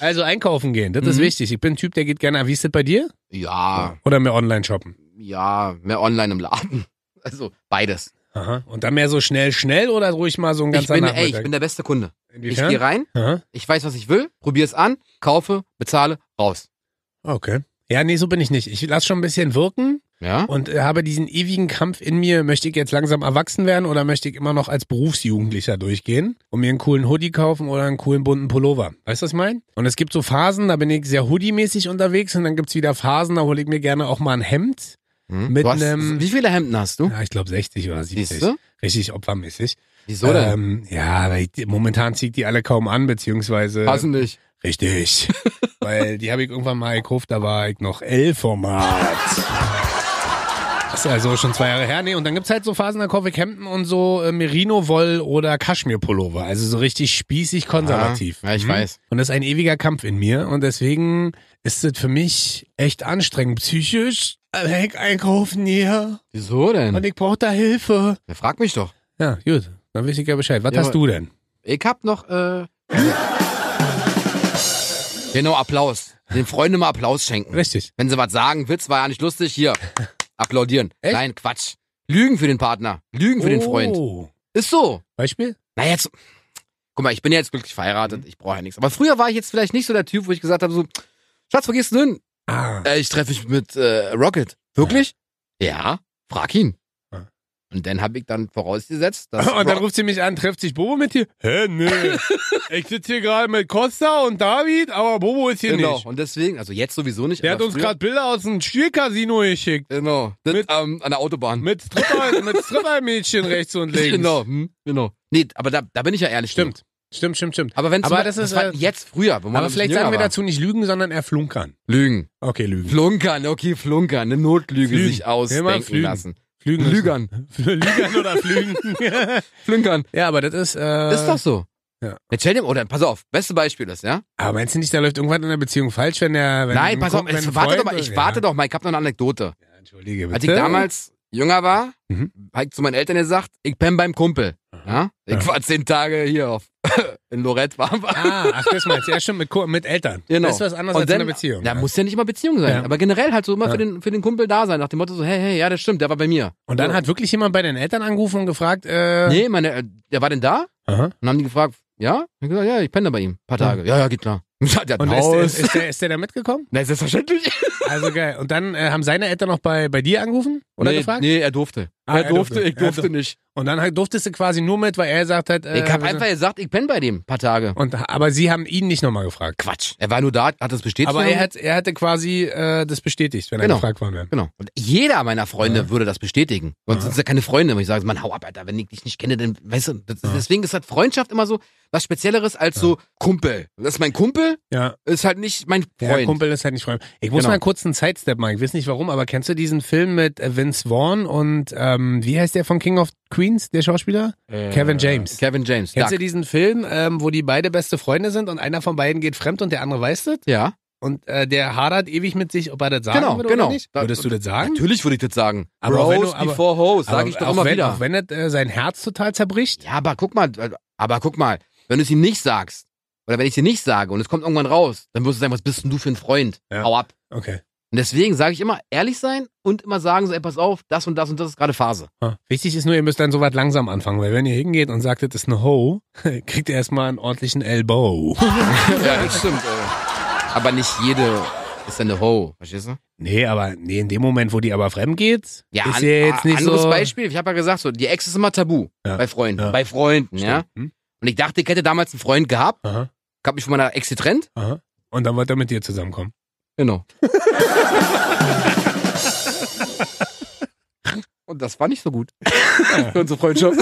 Speaker 1: Also einkaufen gehen, das ist
Speaker 2: Mhm. Ah.
Speaker 1: wichtig. Ich bin ein Typ, der geht gerne. ah, Wie ist das bei dir?
Speaker 2: Ja,
Speaker 1: Oder mehr online shoppen?
Speaker 2: ja, mehr online im Laden. Also beides.
Speaker 1: Aha. Und dann mehr so schnell, schnell oder ruhig mal so ein
Speaker 2: Ich
Speaker 1: ganzer
Speaker 2: bin, ey,
Speaker 1: Nachmittag?
Speaker 2: ich bin der beste Kunde. Ich
Speaker 1: Inwiefern?
Speaker 2: gehe rein,
Speaker 1: Aha.
Speaker 2: ich weiß, was ich will, probier's an, kaufe, bezahle, raus.
Speaker 1: Okay. Ja, nee, so bin ich nicht. Ich lasse schon ein bisschen wirken
Speaker 2: Ja?
Speaker 1: und äh, habe diesen ewigen Kampf in mir. Möchte ich jetzt langsam erwachsen werden oder möchte ich immer noch als Berufsjugendlicher durchgehen und mir einen coolen Hoodie kaufen oder einen coolen bunten Pullover? Weißt du, was ich meine? Und es gibt so Phasen, da bin ich sehr Hoodie-mäßig unterwegs und dann gibt's wieder Phasen, da hole ich mir gerne auch mal ein Hemd.
Speaker 2: Hm?
Speaker 1: Mit
Speaker 2: du hast,
Speaker 1: nem-
Speaker 2: wie viele Hemden hast du?
Speaker 1: Ja, ich glaube 60 oder 70.
Speaker 2: Hm? Siehst du?
Speaker 1: Richtig opfermäßig.
Speaker 2: Wieso denn?
Speaker 1: Ähm, ja, weil ich, momentan ziehe ich die alle kaum an, beziehungsweise.
Speaker 2: Passen nicht. [laughs]
Speaker 1: Richtig. weil die habe ich irgendwann mal gekauft, da war ich noch L-Format. Das ist also schon zwei Jahre her. Nee, und dann gibt's halt so Phasen, da kaufe ich Hemden und so äh, Merino-Woll oder Kaschmir-Pullover. Also so richtig spießig konservativ.
Speaker 2: Ja, ja, ich
Speaker 1: Mhm.
Speaker 2: weiß.
Speaker 1: Und das ist ein ewiger Kampf in mir. Und deswegen ist es für mich echt anstrengend. Psychisch, aber ich einkaufen hier
Speaker 2: Wieso denn?
Speaker 1: und ich brauche da Hilfe.
Speaker 2: Ja, frag mich doch.
Speaker 1: Ja, gut. Dann weiß ich ja Bescheid. Was
Speaker 2: Ja,
Speaker 1: hast
Speaker 2: aber-
Speaker 1: du denn?
Speaker 2: Ich hab noch, äh. genau, Applaus. Den Freunden mal Applaus schenken.
Speaker 1: Richtig.
Speaker 2: Wenn sie was sagen, Witz war ja nicht lustig,
Speaker 1: [laughs]
Speaker 2: hier. Applaudieren.
Speaker 1: Echt?
Speaker 2: Nein, Quatsch. Lügen für den Partner. Lügen für den Freund.
Speaker 1: Oh.
Speaker 2: Ist so.
Speaker 1: Beispiel?
Speaker 2: Na jetzt. Guck mal, ich bin ja jetzt glücklich verheiratet.
Speaker 1: Mhm.
Speaker 2: Ich brauche ja nichts. Aber früher war ich jetzt vielleicht nicht so der Typ, wo ich gesagt habe, so, Schatz, wo gehst du denn hin?
Speaker 1: Ah. [laughs]
Speaker 2: Äh, ich treffe mich mit äh, Rocket. Wirklich? Ja. Frag ihn.
Speaker 1: Ja.
Speaker 2: Und dann habe ich dann vorausgesetzt,
Speaker 1: [laughs]
Speaker 2: dass.
Speaker 1: Und dann
Speaker 2: Ro-
Speaker 1: ruft sie mich an, trifft sich Bobo mit dir? Hä, nee.
Speaker 2: [laughs]
Speaker 1: ich sitze hier gerade mit Costa und David, aber Bobo ist hier
Speaker 2: Genau.
Speaker 1: nicht.
Speaker 2: Und deswegen, also jetzt sowieso nicht.
Speaker 1: Der
Speaker 2: aber
Speaker 1: hat uns
Speaker 2: früher-
Speaker 1: gerade Bilder aus dem Stiercasino geschickt.
Speaker 2: Genau. Das,
Speaker 1: Mit-
Speaker 2: ähm, an der Autobahn.
Speaker 1: Mit Stripper, mit Strippermädchen rechts und links.
Speaker 2: [laughs] Genau, hm, genau. Nee, aber da, da bin ich ja ehrlich.
Speaker 1: Stimmt. Stimmt, stimmt, stimmt.
Speaker 2: Aber wenn zum
Speaker 1: Aber
Speaker 2: Beispiel-
Speaker 1: das ist,
Speaker 2: war
Speaker 1: äh,
Speaker 2: jetzt früher, wo man
Speaker 1: Aber
Speaker 2: ein
Speaker 1: vielleicht
Speaker 2: bisschen
Speaker 1: sagen wir
Speaker 2: jünger war.
Speaker 1: dazu nicht lügen, sondern erflunkern.
Speaker 2: Lügen.
Speaker 1: Okay, lügen.
Speaker 2: Flunkern, okay, flunkern, eine Notlüge
Speaker 1: Flügen.
Speaker 2: sich
Speaker 1: Immer
Speaker 2: ausdenken
Speaker 1: flügen.
Speaker 2: lassen.
Speaker 1: Flügen. [laughs]
Speaker 2: Lügern.
Speaker 1: Lügern oder flügen.
Speaker 2: [laughs] Flunkern.
Speaker 1: ja, aber das ist, äh,
Speaker 2: Das ist doch so.
Speaker 1: ja.
Speaker 2: Jetzt stell dir, oder pass auf, beste Beispiel ist, ja?
Speaker 1: Aber meinst du nicht, da läuft irgendwann in der Beziehung falsch, wenn der, wenn
Speaker 2: Nein, pass auf,
Speaker 1: wenn
Speaker 2: jetzt
Speaker 1: ein
Speaker 2: warte
Speaker 1: Freund-
Speaker 2: doch mal, ich warte
Speaker 1: ja.
Speaker 2: doch mal, ich hab noch eine Anekdote.
Speaker 1: Ja, entschuldige bitte.
Speaker 2: Als ich damals jünger war,
Speaker 1: Mhm.
Speaker 2: hab ich zu meinen Eltern gesagt, ich penne beim Kumpel. Ja? Ich
Speaker 1: Ja.
Speaker 2: war zehn Tage hier auf, [laughs] in Lorette war. war-
Speaker 1: Ah, ach, das meinst du. Ja, stimmt, mit, Ko- mit Eltern.
Speaker 2: Genau.
Speaker 1: Das ist was anderes als
Speaker 2: Und
Speaker 1: in
Speaker 2: dann-
Speaker 1: einer halt Beziehung. ja.
Speaker 2: Da muss ja nicht immer Beziehung sein,
Speaker 1: Ja.
Speaker 2: aber generell halt so immer
Speaker 1: Ja.
Speaker 2: für, den, für den Kumpel da sein, nach dem Motto so, hey, hey, ja, das stimmt, der war bei mir.
Speaker 1: Und dann hat wirklich jemand bei den Eltern angerufen und gefragt, äh.
Speaker 2: Nee, meine, äh, der war denn da?
Speaker 1: Aha.
Speaker 2: Und dann haben die gefragt, ja? Ich hab gesagt, ja, ich penne bei ihm, ein paar
Speaker 1: Ja.
Speaker 2: Tage. Ja, ja, geht klar. [laughs] Ja, der hat
Speaker 1: Und
Speaker 2: ein
Speaker 1: ist,
Speaker 2: Haus.
Speaker 1: ist,
Speaker 2: [laughs]
Speaker 1: ist, der, ist der da mitgekommen?
Speaker 2: Na, selbstverständlich.
Speaker 1: Also geil. Und dann äh, haben seine Eltern noch bei, bei dir angerufen oder
Speaker 2: nee,
Speaker 1: gefragt?
Speaker 2: Nee, er durfte.
Speaker 1: Ah,
Speaker 2: er,
Speaker 1: er
Speaker 2: durfte,
Speaker 1: durfte.
Speaker 2: ich durfte
Speaker 1: Er dur-
Speaker 2: nicht.
Speaker 1: Und dann halt durftest du quasi nur mit, weil er gesagt hat, äh,
Speaker 2: ich habe
Speaker 1: wir
Speaker 2: einfach gesagt, ich penne bei dem, ein paar Tage.
Speaker 1: sind- und, aber sie haben ihn nicht nochmal gefragt.
Speaker 2: Quatsch. Er war nur da, hat das bestätigt.
Speaker 1: Aber er, hat, er hätte quasi äh, das bestätigt, wenn
Speaker 2: Genau.
Speaker 1: er gefragt worden wäre.
Speaker 2: Genau. Und jeder meiner Freunde
Speaker 1: Ja.
Speaker 2: würde das bestätigen. Sonst
Speaker 1: Ja.
Speaker 2: sind es ja keine Freunde. Und ich sage, Mann, hau ab, Alter, wenn ich dich nicht kenne, dann, weißt du, das,
Speaker 1: Ja.
Speaker 2: deswegen ist halt Freundschaft immer so was Spezielleres als so Kumpel. Das ist mein Kumpel,
Speaker 1: Ja,
Speaker 2: ist halt nicht mein
Speaker 1: der
Speaker 2: Freund.
Speaker 1: Kumpel ist halt nicht Freund. Ich muss
Speaker 2: Genau.
Speaker 1: mal kurz einen Sidestep machen. Ich weiß nicht warum, aber kennst du diesen Film mit äh, Vince Vaughn und äh, ähm, wie heißt der von King of Queens, der Schauspieler? Kevin James.
Speaker 2: Kevin James.
Speaker 1: Kennst du
Speaker 2: Duck.
Speaker 1: diesen Film, ähm, wo die beide beste Freunde sind und einer von beiden geht fremd und der andere weiß das?
Speaker 2: Ja.
Speaker 1: Und äh, der hadert ewig mit sich, ob er das sagen
Speaker 2: Genau,
Speaker 1: würde
Speaker 2: genau.
Speaker 1: oder nicht?
Speaker 2: Da-
Speaker 1: Würdest du das sagen?
Speaker 2: Natürlich würde ich das sagen.
Speaker 1: Aber auch wenn du- aber-
Speaker 2: host, sag
Speaker 1: Aber auch wenn, Auch wenn das, äh, sein Herz total zerbricht.
Speaker 2: Ja, aber guck mal, äh, aber guck mal, wenn du es ihm nicht sagst, oder wenn ich es dir nicht sage und es kommt irgendwann raus, dann wirst du sagen, was bist denn du für ein Freund?
Speaker 1: Ja.
Speaker 2: Hau ab.
Speaker 1: Okay.
Speaker 2: Und deswegen sage ich immer, ehrlich sein und immer sagen so, ey, pass auf, das und das und das ist gerade Phase.
Speaker 1: Wichtig ist nur, ihr müsst dann so weit langsam anfangen, weil wenn ihr hingeht und sagt, das ist eine Ho, [laughs] kriegt ihr erstmal einen ordentlichen
Speaker 2: [laughs]
Speaker 1: Elbow.
Speaker 2: ja, das stimmt. Aber nicht jede ist eine Ho, verstehst du?
Speaker 1: nee, aber nee, in dem Moment, wo die aber fremd geht,
Speaker 2: Ja,
Speaker 1: ist
Speaker 2: an-
Speaker 1: ja jetzt
Speaker 2: a-
Speaker 1: nicht
Speaker 2: anderes
Speaker 1: so...
Speaker 2: Beispiel, ich habe ja gesagt, so, die Ex ist immer tabu
Speaker 1: Ja.
Speaker 2: bei Freunden,
Speaker 1: Ja.
Speaker 2: bei Freunden,
Speaker 1: Stimmt.
Speaker 2: ja.
Speaker 1: Hm?
Speaker 2: Und ich dachte, ich hätte damals einen Freund gehabt,
Speaker 1: Aha,
Speaker 2: hab mich von meiner Ex getrennt.
Speaker 1: aha. Und dann wollte er mit dir zusammenkommen. [laughs]
Speaker 2: Genau. Und das war nicht so gut. [laughs] Für unsere Freundschaft.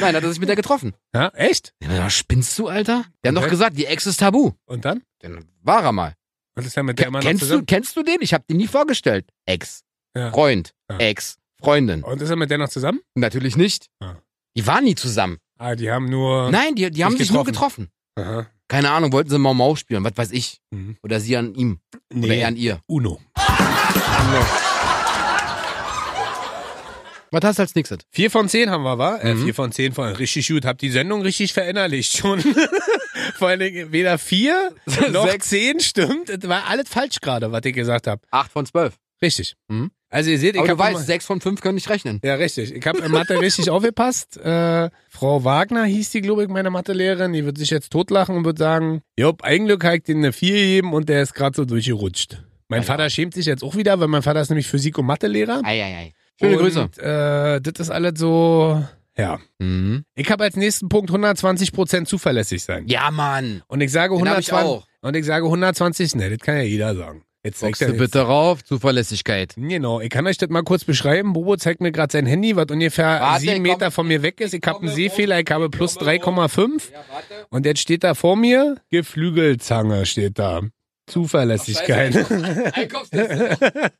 Speaker 2: Nein, hat er sich mit der getroffen.
Speaker 1: Ja, echt?
Speaker 2: Ja, spinnst du, Alter? Der hat
Speaker 1: Okay.
Speaker 2: doch gesagt, die Ex ist tabu.
Speaker 1: Und dann?
Speaker 2: Dann war er mal.
Speaker 1: Und ist er mit der immer noch
Speaker 2: kennst, du,
Speaker 1: zusammen?
Speaker 2: kennst du den? Ich habe den nie vorgestellt. Ex.
Speaker 1: Ja.
Speaker 2: Freund.
Speaker 1: Ja.
Speaker 2: Ex. Freundin.
Speaker 1: Und ist er mit der noch zusammen?
Speaker 2: Natürlich nicht.
Speaker 1: Ja.
Speaker 2: Die waren nie zusammen.
Speaker 1: Ah, die haben nur...
Speaker 2: Nein, die, die haben
Speaker 1: Nicht
Speaker 2: sich nur getroffen.
Speaker 1: Aha.
Speaker 2: Keine Ahnung, wollten sie Mau Mau spielen, was weiß ich.
Speaker 1: Mhm.
Speaker 2: Oder sie an ihm. Oder
Speaker 1: Nee,
Speaker 2: er an ihr.
Speaker 1: Uno.
Speaker 2: Was hast du als nächstes?
Speaker 1: Vier von zehn haben wir, wa? Äh,
Speaker 2: Mhm.
Speaker 1: vier von zehn von richtig gut. Hab die Sendung richtig verinnerlicht
Speaker 2: [laughs]
Speaker 1: schon. Vor allen Dingen weder vier noch
Speaker 2: Sechs.
Speaker 1: zehn stimmt. Das war alles falsch gerade, was ich gesagt habe.
Speaker 2: Acht von zwölf.
Speaker 1: Richtig.
Speaker 2: Mhm.
Speaker 1: Also ihr seht, ich
Speaker 2: Aber du
Speaker 1: habe
Speaker 2: weißt, sechs von fünf können nicht rechnen.
Speaker 1: ja, richtig. Ich habe in Mathe richtig aufgepasst. Äh, Frau Wagner hieß die, glaube ich, meine Mathelehrerin. Die wird sich jetzt totlachen und wird sagen, Jopp, ein Glück habe ich den eine 4 gegeben und der ist gerade so durchgerutscht. Mein
Speaker 2: Ja, ja.
Speaker 1: Vater schämt sich jetzt auch wieder, weil mein Vater ist nämlich Physik- und Mathelehrer.
Speaker 2: Eieiei. Schöne
Speaker 1: und,
Speaker 2: Grüße.
Speaker 1: Äh, das ist alles so, ja.
Speaker 2: Mhm.
Speaker 1: Ich habe als nächsten Punkt 120% zuverlässig sein.
Speaker 2: Ja, Mann.
Speaker 1: Und ich sage
Speaker 2: Den hab ich
Speaker 1: 120.
Speaker 2: auch.
Speaker 1: Und ich sage 120, ne, das kann ja jeder sagen. Jetzt zeigst
Speaker 2: Sagst du bitte rauf, Zuverlässigkeit.
Speaker 1: Genau, ich kann euch das mal kurz beschreiben. Bobo zeigt mir gerade sein Handy, was ungefähr
Speaker 2: Warte,
Speaker 1: sieben
Speaker 2: komm.
Speaker 1: Meter von mir weg ist. Ich habe einen Sehfehler, ich habe plus 3,5.
Speaker 2: Ja, warte.
Speaker 1: Und jetzt steht da vor mir, Geflügelzange steht da. Zuverlässigkeit.
Speaker 2: [laughs] Einkaufsliste.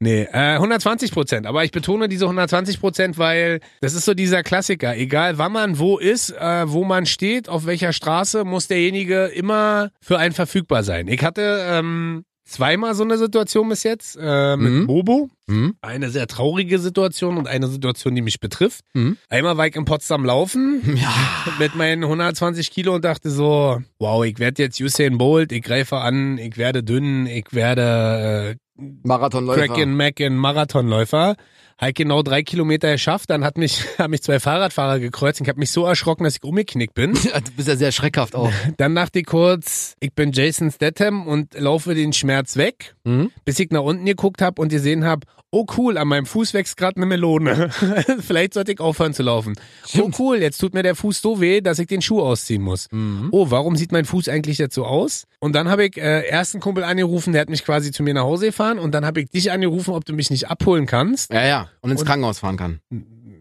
Speaker 1: nee, äh, 120 Prozent. Aber ich betone diese 120 Prozent, weil das ist so dieser Klassiker. Egal, wann man wo ist, äh, wo man steht, auf welcher Straße, muss derjenige immer für einen verfügbar sein. Ich hatte ähm, zweimal so eine Situation bis jetzt äh, mit
Speaker 2: Mhm.
Speaker 1: Bobo.
Speaker 2: Hm?
Speaker 1: Eine sehr traurige Situation und eine Situation, die mich betrifft.
Speaker 2: Mhm.
Speaker 1: Einmal war ich in Potsdam laufen
Speaker 2: [laughs] Ja.
Speaker 1: mit meinen 120 Kilo und dachte so, wow, ich werde jetzt Usain Bolt, ich greife an, ich werde dünn, ich werde äh,
Speaker 2: Marathonläufer.
Speaker 1: Kraken Macken Marathonläufer. Halt genau drei Kilometer geschafft, dann hat mich, [laughs] haben mich zwei Fahrradfahrer gekreuzt und ich habe mich so erschrocken, dass ich umgeknickt bin.
Speaker 2: Ja, Du bist ja sehr schreckhaft [laughs] auch.
Speaker 1: Dann dachte ich kurz, ich bin Jason Statham und laufe den Schmerz weg
Speaker 2: Hm?
Speaker 1: bis ich nach unten geguckt habe und gesehen habe, oh cool, an meinem Fuß wächst gerade eine Melone. [laughs] Vielleicht sollte ich aufhören zu laufen.
Speaker 2: Stimmt.
Speaker 1: Oh cool, jetzt tut mir der Fuß so weh, dass ich den Schuh ausziehen muss.
Speaker 2: Mhm.
Speaker 1: Oh, warum sieht mein Fuß eigentlich jetzt so aus? Und dann habe ich äh, ersten Kumpel angerufen, der hat mich quasi zu mir nach Hause gefahren und dann habe ich dich angerufen, ob du mich nicht abholen kannst.
Speaker 2: Ja, ja. Und ins
Speaker 1: Und-
Speaker 2: Krankenhaus fahren kann.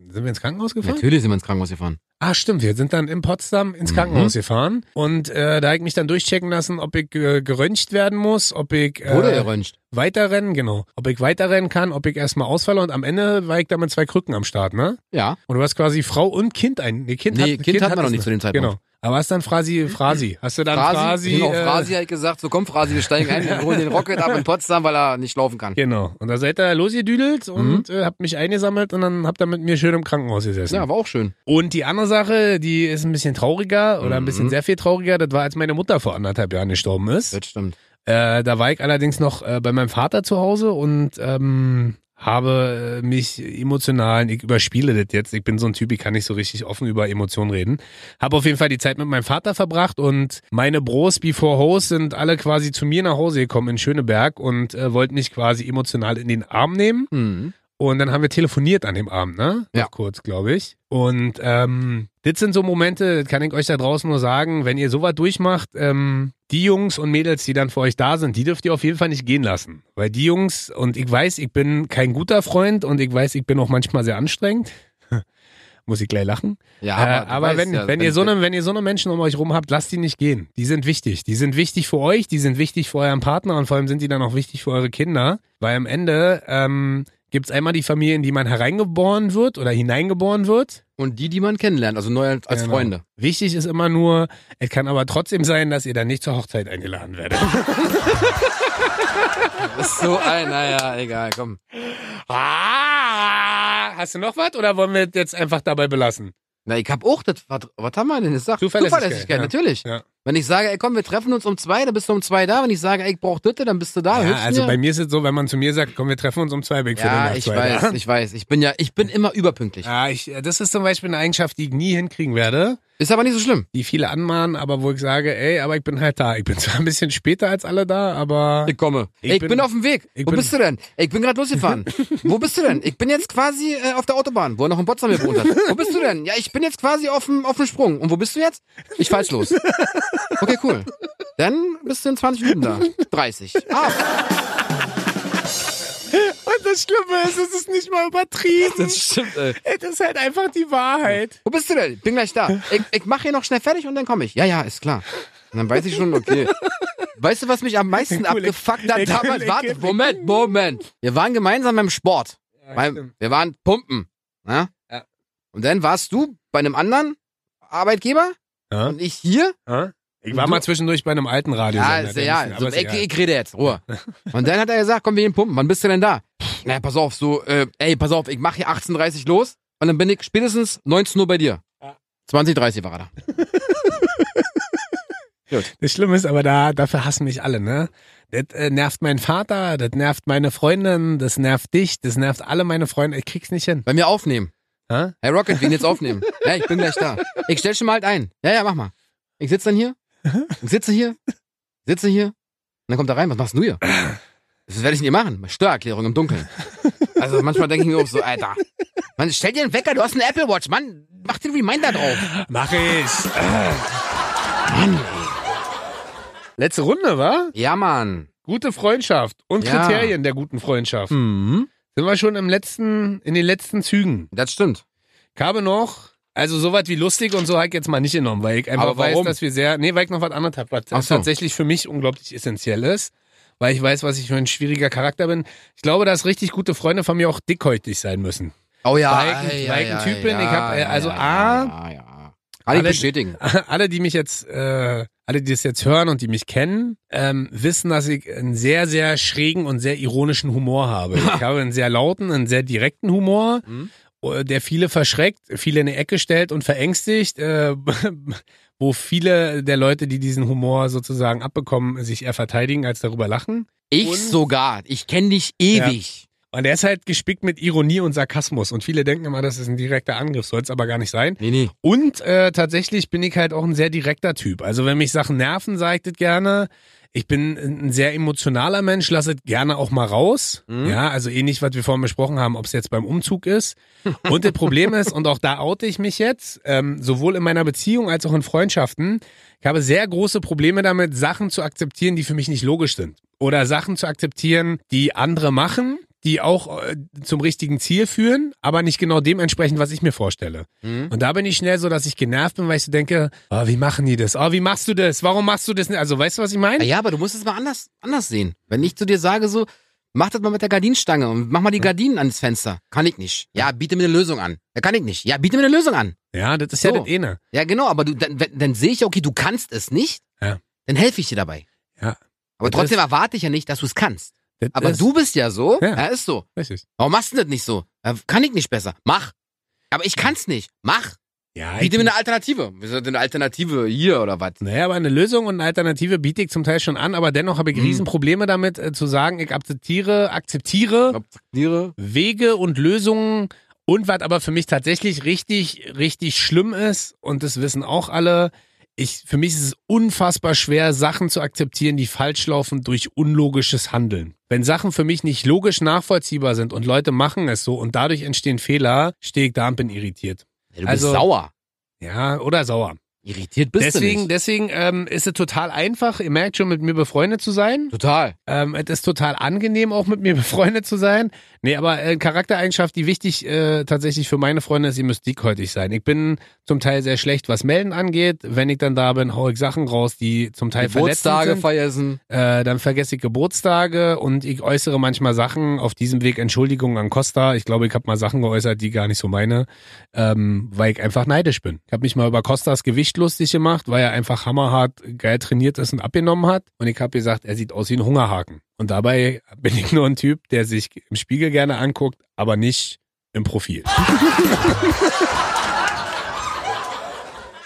Speaker 1: Sind wir ins Krankenhaus gefahren?
Speaker 2: Natürlich Mhm. sind wir ins Krankenhaus gefahren.
Speaker 1: Ah, stimmt, wir sind dann in Potsdam ins Krankenhaus gefahren und äh, da habe ich mich dann durchchecken lassen, ob ich äh, geröntgt werden muss, ob ich äh,
Speaker 2: Wurde geröntgt.
Speaker 1: weiterrennen, genau. Ob ich weiterrennen kann, ob ich erstmal ausfalle und am Ende war ich da mit zwei Krücken am Start, ne?
Speaker 2: Ja.
Speaker 1: Und du hast quasi Frau und Kind ein. Nee, Kind,
Speaker 2: Nee,
Speaker 1: hat,
Speaker 2: Kind hatten wir
Speaker 1: das
Speaker 2: noch nicht zu dem Zeitpunkt.
Speaker 1: Genau. Aber hast dann Frasi, Frasi. Hast du dann
Speaker 2: Frasi,
Speaker 1: Frasi?
Speaker 2: genau,
Speaker 1: äh,
Speaker 2: Frasi hat gesagt, so komm Frasi, wir steigen ein, wir holen den Rocket ab in Potsdam, weil er nicht laufen kann.
Speaker 1: Genau. Und da seid ihr losgedüdelt
Speaker 2: Mhm.
Speaker 1: und äh, habt mich eingesammelt und dann habt ihr mit mir schön im Krankenhaus gesessen.
Speaker 2: Ja, war auch schön.
Speaker 1: Und die andere Sache, die ist ein bisschen trauriger oder ein bisschen
Speaker 2: Mhm.
Speaker 1: sehr viel trauriger, das war, als meine Mutter vor anderthalb Jahren gestorben ist.
Speaker 2: Das stimmt.
Speaker 1: Äh, da war ich allerdings noch äh, bei meinem Vater zu Hause und ähm, habe äh, mich emotional, ich überspiele das jetzt, ich bin so ein Typ, ich kann nicht so richtig offen über Emotionen reden. Habe auf jeden Fall die Zeit mit meinem Vater verbracht und meine Bros Before Hoes sind alle quasi zu mir nach Hause gekommen in Schöneberg und äh, wollten mich quasi emotional in den Arm nehmen.
Speaker 2: Mhm.
Speaker 1: Und dann haben wir telefoniert an dem Abend, ne?
Speaker 2: Ja.
Speaker 1: Noch kurz, glaube ich. Und ähm, das sind so Momente, das kann ich euch da draußen nur sagen, wenn ihr sowas durchmacht, ähm, die Jungs und Mädels, die dann für euch da sind, die dürft ihr auf jeden Fall nicht gehen lassen. Weil die Jungs, und ich weiß, ich bin kein guter Freund und ich weiß, ich bin auch manchmal sehr anstrengend. [laughs] Muss ich gleich lachen.
Speaker 2: Ja,
Speaker 1: Aber,
Speaker 2: du
Speaker 1: Äh, aber
Speaker 2: weißt
Speaker 1: wenn,
Speaker 2: ja,
Speaker 1: wenn, ihr so
Speaker 2: ich-
Speaker 1: eine, wenn ihr so eine Menschen um euch rum habt, lasst die nicht gehen. Die sind wichtig. Die sind wichtig für euch, die sind wichtig für euren Partner und vor allem sind die dann auch wichtig für eure Kinder. Weil am Ende ähm, Gibt es einmal die Familie, in die man hereingeboren wird oder hineingeboren wird.
Speaker 2: Und die, die man kennenlernt, also neu als, als
Speaker 1: Genau.
Speaker 2: Freunde.
Speaker 1: Wichtig ist immer nur, es kann aber trotzdem sein, dass ihr dann nicht zur Hochzeit eingeladen
Speaker 2: [laughs]
Speaker 1: werdet.
Speaker 2: Ist so ein, naja, egal, komm.
Speaker 1: ah, hast du noch was oder wollen wir es jetzt einfach dabei belassen?
Speaker 2: Na, ich hab auch das, was, was haben wir denn gesagt?
Speaker 1: Zuverlässigkeit,
Speaker 2: Zuverlässigkeit,
Speaker 1: ja.
Speaker 2: natürlich.
Speaker 1: Ja.
Speaker 2: Wenn ich sage, ey komm, wir treffen uns um zwei, dann bist du um zwei da. Wenn ich sage, ey, ich brauch Dritte, dann bist du da.
Speaker 1: Ja,
Speaker 2: Ah, Hilfst
Speaker 1: also
Speaker 2: mir?
Speaker 1: bei mir ist es so, wenn man zu mir sagt, komm, wir treffen uns um zwei Weg für den
Speaker 2: ja
Speaker 1: nach
Speaker 2: ich
Speaker 1: zwei,
Speaker 2: weiß,
Speaker 1: ja?
Speaker 2: ich weiß. Ich bin ja, ich bin immer überpünktlich.
Speaker 1: Ja, ich, äh, das ist zum Beispiel eine Eigenschaft, die ich nie hinkriegen werde,
Speaker 2: Ist aber nicht so schlimm.
Speaker 1: die viele anmahnen, aber wo ich sage, ey, aber ich bin halt da. Ich bin zwar ein bisschen später als alle da, aber
Speaker 2: Ich komme.
Speaker 1: Ich
Speaker 2: Ey, ich
Speaker 1: bin-
Speaker 2: bin, auf dem Weg.
Speaker 1: ich
Speaker 2: Wo
Speaker 1: bin-
Speaker 2: bist du denn? Ey, ich bin gerade
Speaker 1: [laughs]
Speaker 2: losgefahren. Wo bist du denn? Ich bin jetzt quasi äh, auf der Autobahn, wo er noch in Potsdam gewohnt hat. Wo bist du denn? Ja, ich bin jetzt quasi auf dem, auf dem Sprung. Und wo bist du jetzt? Ich fahr jetzt los. Okay, cool. Dann bist du in 20 Minuten da. 30. Ah,
Speaker 1: [laughs] und das Schlimme ist, es ist nicht mal übertrieben.
Speaker 2: stimmt, ey.
Speaker 1: Ey, das ist halt einfach die Wahrheit.
Speaker 2: Wo bist du denn? Bin gleich da. Ich, ich mache hier noch schnell fertig und dann komme ich. Ja, ja, ist klar. Und dann weiß ich schon, okay. Weißt du, was mich am meisten
Speaker 1: Cool, ich-
Speaker 2: abgefuckt hat
Speaker 1: ich-
Speaker 2: damals?
Speaker 1: ich-
Speaker 2: Warte,
Speaker 1: ich-
Speaker 2: Moment, Moment. Wir waren gemeinsam beim Sport. Beim,
Speaker 1: Ah, stimmt.
Speaker 2: wir waren pumpen. Ja?
Speaker 1: Ja.
Speaker 2: Und dann warst du bei einem anderen Arbeitgeber
Speaker 1: Ja.
Speaker 2: und ich hier.
Speaker 1: Ja? Ich war
Speaker 2: Du-
Speaker 1: mal zwischendurch bei einem alten Radio.
Speaker 2: Ja, ist ja, ja. So, ich, ich rede jetzt, Ruhe. Und dann hat er gesagt, komm, wir gehen pumpen. Wann bist du denn da? Na, pass auf, so, äh, ey, pass auf, ich mache hier 18.30 los und dann bin ich spätestens 19 Uhr bei dir.
Speaker 1: Ja.
Speaker 2: 20.30 war er da.
Speaker 1: Das Schlimme ist aber, da, dafür hassen mich alle, ne? Das äh, nervt meinen Vater, das nervt meine Freundin, das nervt dich, das nervt alle meine Freunde. Ich krieg's nicht hin.
Speaker 2: Bei mir aufnehmen.
Speaker 1: Ja?
Speaker 2: Hey Rocket, wir gehen jetzt [laughs] aufnehmen. Ja, ich bin gleich da. Ich stell schon mal halt ein. Ja, ja, mach mal. Ich sitze dann [laughs] hier. Ich sitze hier. Sitze hier. Und dann kommt er rein. Was machst du [laughs] hier? Das werde ich nie machen. Steuererklärung im Dunkeln. Also manchmal denke ich mir auch so, Alter. Mann, stell dir einen Wecker, du hast eine Apple Watch. Mann, mach den Reminder drauf.
Speaker 1: Mach ich's.
Speaker 2: Äh.
Speaker 1: Letzte Runde, wa?
Speaker 2: Ja, Mann.
Speaker 1: Gute Freundschaft und
Speaker 2: Ja.
Speaker 1: Kriterien der guten Freundschaft.
Speaker 2: Mhm.
Speaker 1: Sind wir schon im letzten, in den letzten Zügen.
Speaker 2: Das stimmt.
Speaker 1: Ich habe noch, also soweit wie lustig und so habe ich jetzt mal nicht genommen, weil ich einfach
Speaker 2: Aber warum?
Speaker 1: weiß, dass wir sehr, nee, weil ich noch was anderes habe, was
Speaker 2: Ach so.
Speaker 1: tatsächlich für mich unglaublich essentiell ist, weil ich weiß, was ich für ein schwieriger Charakter bin. Ich glaube, dass richtig gute Freunde von mir auch dickhäutig sein müssen.
Speaker 2: Oh ja.
Speaker 1: Balken-
Speaker 2: ja,
Speaker 1: Balkentyp bin. Ich hab, äh, also
Speaker 2: ja,
Speaker 1: A-
Speaker 2: Ja, ja. Kann ich
Speaker 1: Alle-
Speaker 2: bestätigen.
Speaker 1: [laughs] alle, die mich jetzt, äh, alle, die das jetzt hören und die mich kennen, ähm, wissen, dass ich einen sehr, sehr schrägen und sehr ironischen Humor habe. Ich habe einen sehr lauten, einen sehr direkten Humor,
Speaker 2: Mhm.
Speaker 1: äh, der viele verschreckt, viele in die Ecke stellt und verängstigt, äh, [laughs] wo viele der Leute, die diesen Humor sozusagen abbekommen, sich eher verteidigen als darüber lachen.
Speaker 2: Ich
Speaker 1: Und-
Speaker 2: sogar. Ich kenne dich ewig.
Speaker 1: Und der ist halt gespickt mit Ironie und Sarkasmus. Und viele denken immer, das ist ein direkter Angriff, soll es aber gar nicht sein.
Speaker 2: Nee, nee.
Speaker 1: Und äh, tatsächlich bin ich halt auch ein sehr direkter Typ. Also wenn mich Sachen nerven, sage ich das gerne. Ich bin ein sehr emotionaler Mensch, lasse es gerne auch mal raus.
Speaker 2: Mhm.
Speaker 1: Ja, also ähnlich, was wir vorhin besprochen haben, ob es jetzt beim Umzug ist. Und das Problem ist, und auch da oute ich mich jetzt, ähm, sowohl in meiner Beziehung als auch in Freundschaften, ich habe sehr große Probleme damit, Sachen zu akzeptieren, die für mich nicht logisch sind. Oder Sachen zu akzeptieren, die andere machen, die auch äh, zum richtigen Ziel führen, aber nicht genau dementsprechend, was ich mir vorstelle. Und da bin ich schnell so, dass ich genervt bin, weil ich so denke, oh, wie machen die das? Oh, wie machst du das? Warum machst du das? nicht? Also, weißt du, was ich meine?
Speaker 2: Ja, aber du musst es mal anders, anders sehen. Wenn ich zu dir sage, so, mach das mal mit der Gardinenstange und mach mal die Gardinen ans Fenster. Kann ich nicht. Ja, biete mir eine Lösung an. Ja, kann ich nicht. Ja, biete mir eine Lösung an.
Speaker 1: Ja, das ist ja
Speaker 2: So.
Speaker 1: das eine.
Speaker 2: Ja, genau, aber du, dann, wenn- dann sehe ich ja, okay, du kannst es nicht.
Speaker 1: Ja.
Speaker 2: Dann helfe ich dir dabei.
Speaker 1: Ja.
Speaker 2: Aber
Speaker 1: Das-
Speaker 2: trotzdem erwarte ich ja nicht, dass du es kannst.
Speaker 1: Das
Speaker 2: Aber
Speaker 1: ist,
Speaker 2: du bist ja so.
Speaker 1: Ja.
Speaker 2: Ja. ist so.
Speaker 1: Richtig.
Speaker 2: Warum machst du das nicht so? Ja, kann ich nicht besser. Mach. Aber ich kann's nicht. Mach.
Speaker 1: Ja, ich,
Speaker 2: Biete mir eine Alternative. Wieso denn eine Alternative hier oder was?
Speaker 1: naja, aber eine Lösung und eine Alternative biete ich zum Teil schon an, aber dennoch habe ich
Speaker 2: Mhm.
Speaker 1: riesen Probleme damit, äh, zu sagen, ich akzeptiere, akzeptiere
Speaker 2: Tiere.
Speaker 1: Wege und Lösungen und was aber für mich tatsächlich richtig, richtig schlimm ist, und das wissen auch alle, ich, für mich ist es unfassbar schwer, Sachen zu akzeptieren, die falsch laufen durch unlogisches Handeln. Wenn Sachen für mich nicht logisch nachvollziehbar sind und Leute machen es so und dadurch entstehen Fehler, stehe ich da und bin irritiert.
Speaker 2: Ja, du
Speaker 1: Also-
Speaker 2: bist sauer.
Speaker 1: Ja, oder sauer.
Speaker 2: Irritiert bist
Speaker 1: deswegen
Speaker 2: du nicht.
Speaker 1: deswegen ähm, ist es total einfach. Ihr merkt schon, mit mir befreundet zu sein.
Speaker 2: Total.
Speaker 1: Ähm, es ist total angenehm, auch mit mir [laughs] befreundet zu sein. Nee, aber äh, Charaktereigenschaft, die wichtig äh, tatsächlich für meine Freunde ist, ihr müsst dickhäutig sein. Ich bin zum Teil sehr schlecht, was Melden angeht. Wenn ich dann da bin, hau ich Sachen raus, die zum Teil
Speaker 2: Geburtstage
Speaker 1: verletzend sind.
Speaker 2: vergessen.
Speaker 1: Äh, dann vergesse ich Geburtstage und ich äußere manchmal Sachen auf diesem Weg Entschuldigungen an Costa. Ich glaube, ich habe mal Sachen geäußert, die gar nicht so meine, ähm, weil ich einfach neidisch bin. Ich habe mich mal über Costas Gewicht lustig gemacht, weil er einfach hammerhart geil trainiert ist und abgenommen hat. Und ich habe gesagt, er sieht aus wie ein Hungerhaken. Und dabei bin ich nur ein Typ, der sich im Spiegel gerne anguckt, aber nicht im
Speaker 2: [laughs]
Speaker 1: Profil.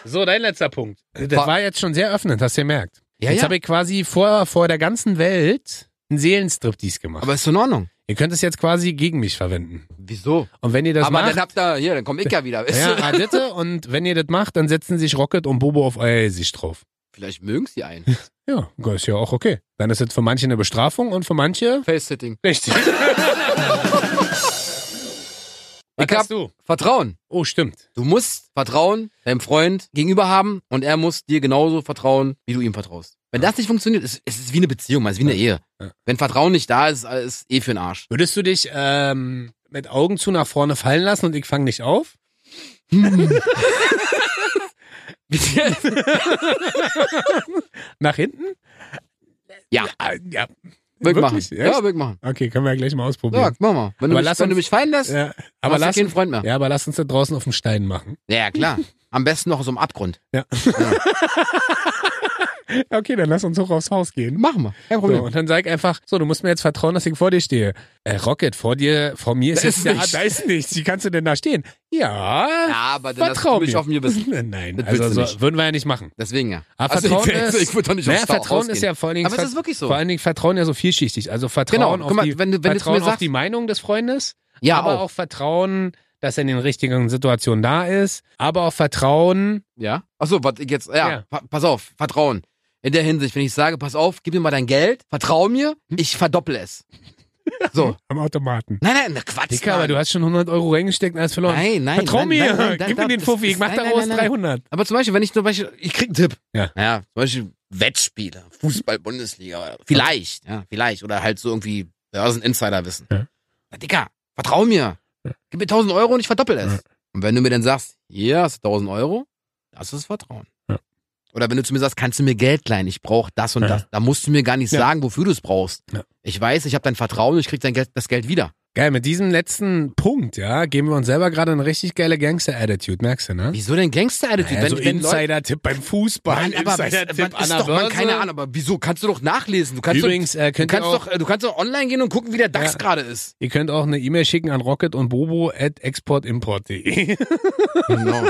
Speaker 1: So, dein letzter Punkt. Das war jetzt schon sehr öffnend, hast du gemerkt.
Speaker 2: Äh, Ja,
Speaker 1: jetzt
Speaker 2: ja.
Speaker 1: habe ich quasi vor, vor der ganzen Welt einen Seelenstriptease gemacht.
Speaker 2: Aber ist in Ordnung.
Speaker 1: ihr könnt es jetzt quasi gegen mich verwenden.
Speaker 2: Wieso?
Speaker 1: Und wenn ihr das
Speaker 2: Aber dann
Speaker 1: macht,
Speaker 2: habt ihr, hier, dann komm ich ja wieder. weißt
Speaker 1: ja,
Speaker 2: du?
Speaker 1: ah, bitte, und wenn ihr das macht, dann setzen sich Rocket und Bobo auf euer Gesicht drauf.
Speaker 2: Vielleicht mögen
Speaker 1: [laughs]
Speaker 2: sie einen.
Speaker 1: Ja, ist ja auch okay. Dann ist es für manche eine Bestrafung und für manche
Speaker 2: Face-Sitting.
Speaker 1: [laughs] richtig. Was
Speaker 2: Ich hab-
Speaker 1: hast du?
Speaker 2: Vertrauen.
Speaker 1: Oh, stimmt.
Speaker 2: Du musst Vertrauen deinem Freund gegenüber haben und er muss dir genauso vertrauen, wie du ihm vertraust. Wenn das nicht funktioniert, ist es ist wie eine Beziehung, es ist wie eine Ehe.
Speaker 1: Ja.
Speaker 2: Wenn Vertrauen nicht da ist, ist eh für
Speaker 1: [laughs]
Speaker 2: den Arsch.
Speaker 1: Würdest du dich ähm, mit Augen zu nach vorne fallen lassen und ich fange dich auf? Nach hinten?
Speaker 2: Ja.
Speaker 1: Ah, Ja.
Speaker 2: Würg
Speaker 1: Wirklich?
Speaker 2: machen.
Speaker 1: Echt?
Speaker 2: Ja, würg machen.
Speaker 1: Okay, können wir ja gleich mal
Speaker 2: Ja,
Speaker 1: ausprobieren.
Speaker 2: mach mal. Wenn du,
Speaker 1: Aber
Speaker 2: mich,
Speaker 1: lass
Speaker 2: wenn du
Speaker 1: uns-
Speaker 2: mich fallen lässt,
Speaker 1: Ja, aber
Speaker 2: aber hast
Speaker 1: lass
Speaker 2: du keinen
Speaker 1: uns,
Speaker 2: Freund mehr. Ja.
Speaker 1: ja, aber lass uns da draußen auf dem Stein machen.
Speaker 2: ja, klar. Am besten noch aus dem Abgrund.
Speaker 1: Okay, dann lass uns hoch aufs Haus gehen.
Speaker 2: Machen wir. Kein
Speaker 1: So,
Speaker 2: Problem.
Speaker 1: und dann sag ich einfach, so, du musst mir jetzt vertrauen, dass ich vor dir stehe. Äh, Rocket, vor dir, vor mir ist
Speaker 2: Da
Speaker 1: jetzt
Speaker 2: ist
Speaker 1: der-
Speaker 2: nichts.
Speaker 1: da ist nichts. Wie kannst du denn da stehen? Ja,
Speaker 2: Ja, aber dann dass
Speaker 1: vertrau
Speaker 2: du mich
Speaker 1: mir.
Speaker 2: auf mir bist.
Speaker 1: [laughs] Nein,
Speaker 2: Das
Speaker 1: also
Speaker 2: willst du
Speaker 1: so,
Speaker 2: nicht.
Speaker 1: würden wir ja nicht machen.
Speaker 2: Deswegen ja.
Speaker 1: Aber
Speaker 2: Also ich
Speaker 1: Vertrauen
Speaker 2: wär-
Speaker 1: ist,
Speaker 2: ich würd doch nicht aus
Speaker 1: naja,
Speaker 2: dem Stau
Speaker 1: Vertrauen ist
Speaker 2: rausgehen.
Speaker 1: ja vor allen Dingen,
Speaker 2: Aber es ist wirklich so.
Speaker 1: vor allen Dingen Vertrauen ja so vielschichtig. Also Vertrauen
Speaker 2: Genau,
Speaker 1: auf
Speaker 2: guck mal,
Speaker 1: die,
Speaker 2: wenn du- wenn du zu
Speaker 1: Vertrauen
Speaker 2: mir
Speaker 1: auf
Speaker 2: sagst-
Speaker 1: die Meinung des Freundes,
Speaker 2: Ja, oh.
Speaker 1: aber
Speaker 2: auch.
Speaker 1: auch Vertrauen, dass er in den richtigen Situationen da ist, aber auch Vertrauen,
Speaker 2: Ja. Achso, was ich jetzt, ja,
Speaker 1: Ja.
Speaker 2: Pa pass auf, Vertrauen. In der Hinsicht, wenn ich sage, pass auf, gib mir mal dein Geld, vertrau mir,
Speaker 1: Hm?
Speaker 2: ich verdopple es.
Speaker 1: [laughs]
Speaker 2: So.
Speaker 1: Am Automaten.
Speaker 2: Nein, nein, na Quatsch.
Speaker 1: Dicker, aber
Speaker 2: Mann.
Speaker 1: du hast schon 100 Euro reingesteckt und alles verloren.
Speaker 2: Nein, nein.
Speaker 1: Vertrau
Speaker 2: nein,
Speaker 1: mir,
Speaker 2: nein, nein,
Speaker 1: gib
Speaker 2: nein,
Speaker 1: mir
Speaker 2: nein,
Speaker 1: den
Speaker 2: das-
Speaker 1: Fuffi, ich mach
Speaker 2: nein, nein,
Speaker 1: daraus
Speaker 2: nein, nein.
Speaker 1: 300.
Speaker 2: Aber zum Beispiel, wenn ich zum Beispiel, ich krieg einen Tipp.
Speaker 1: Ja.
Speaker 2: Ja, zum Beispiel Wettspiele, Fußball-Bundesliga, vielleicht, ja, vielleicht. Oder halt so irgendwie Börsen-Insider-Wissen.
Speaker 1: Ja.
Speaker 2: Na, Dicker, vertrau mir. Gib mir 1000 Euro und ich verdoppel es.
Speaker 1: Ja.
Speaker 2: Und wenn du mir dann sagst, hier hast du 1000 Euro, das ist Vertrauen.
Speaker 1: Ja.
Speaker 2: Oder wenn du zu mir sagst, kannst du mir Geld leihen, ich brauche das und
Speaker 1: Ja.
Speaker 2: das, da musst du mir gar nicht
Speaker 1: Ja.
Speaker 2: sagen, wofür du es brauchst.
Speaker 1: Ja.
Speaker 2: Ich weiß, ich habe dein Vertrauen und ich krieg dein Geld, das Geld wieder.
Speaker 1: Geil, mit diesem letzten Punkt, ja, geben wir uns selber gerade eine richtig geile Gangster-Attitude, merkst du, ne?
Speaker 2: Wieso denn Gangster-Attitude?
Speaker 1: Naja, so
Speaker 2: wenn, wenn Leute-
Speaker 1: Insider-Tipp beim Fußball,
Speaker 2: Mann, aber man
Speaker 1: Insider-Tipp an
Speaker 2: ist
Speaker 1: der
Speaker 2: doch mal
Speaker 1: Börse.
Speaker 2: keine Ahnung, aber wieso kannst du doch nachlesen? Du kannst
Speaker 1: Übrigens, äh,
Speaker 2: doch, du
Speaker 1: könnt ihr
Speaker 2: kannst
Speaker 1: auch,
Speaker 2: doch äh, du kannst doch online gehen und gucken, wie der DAX
Speaker 1: Ja.
Speaker 2: gerade ist.
Speaker 1: ihr könnt auch eine E-Mail schicken an rocket und bobo at [laughs] exportimport.de.
Speaker 2: Genau.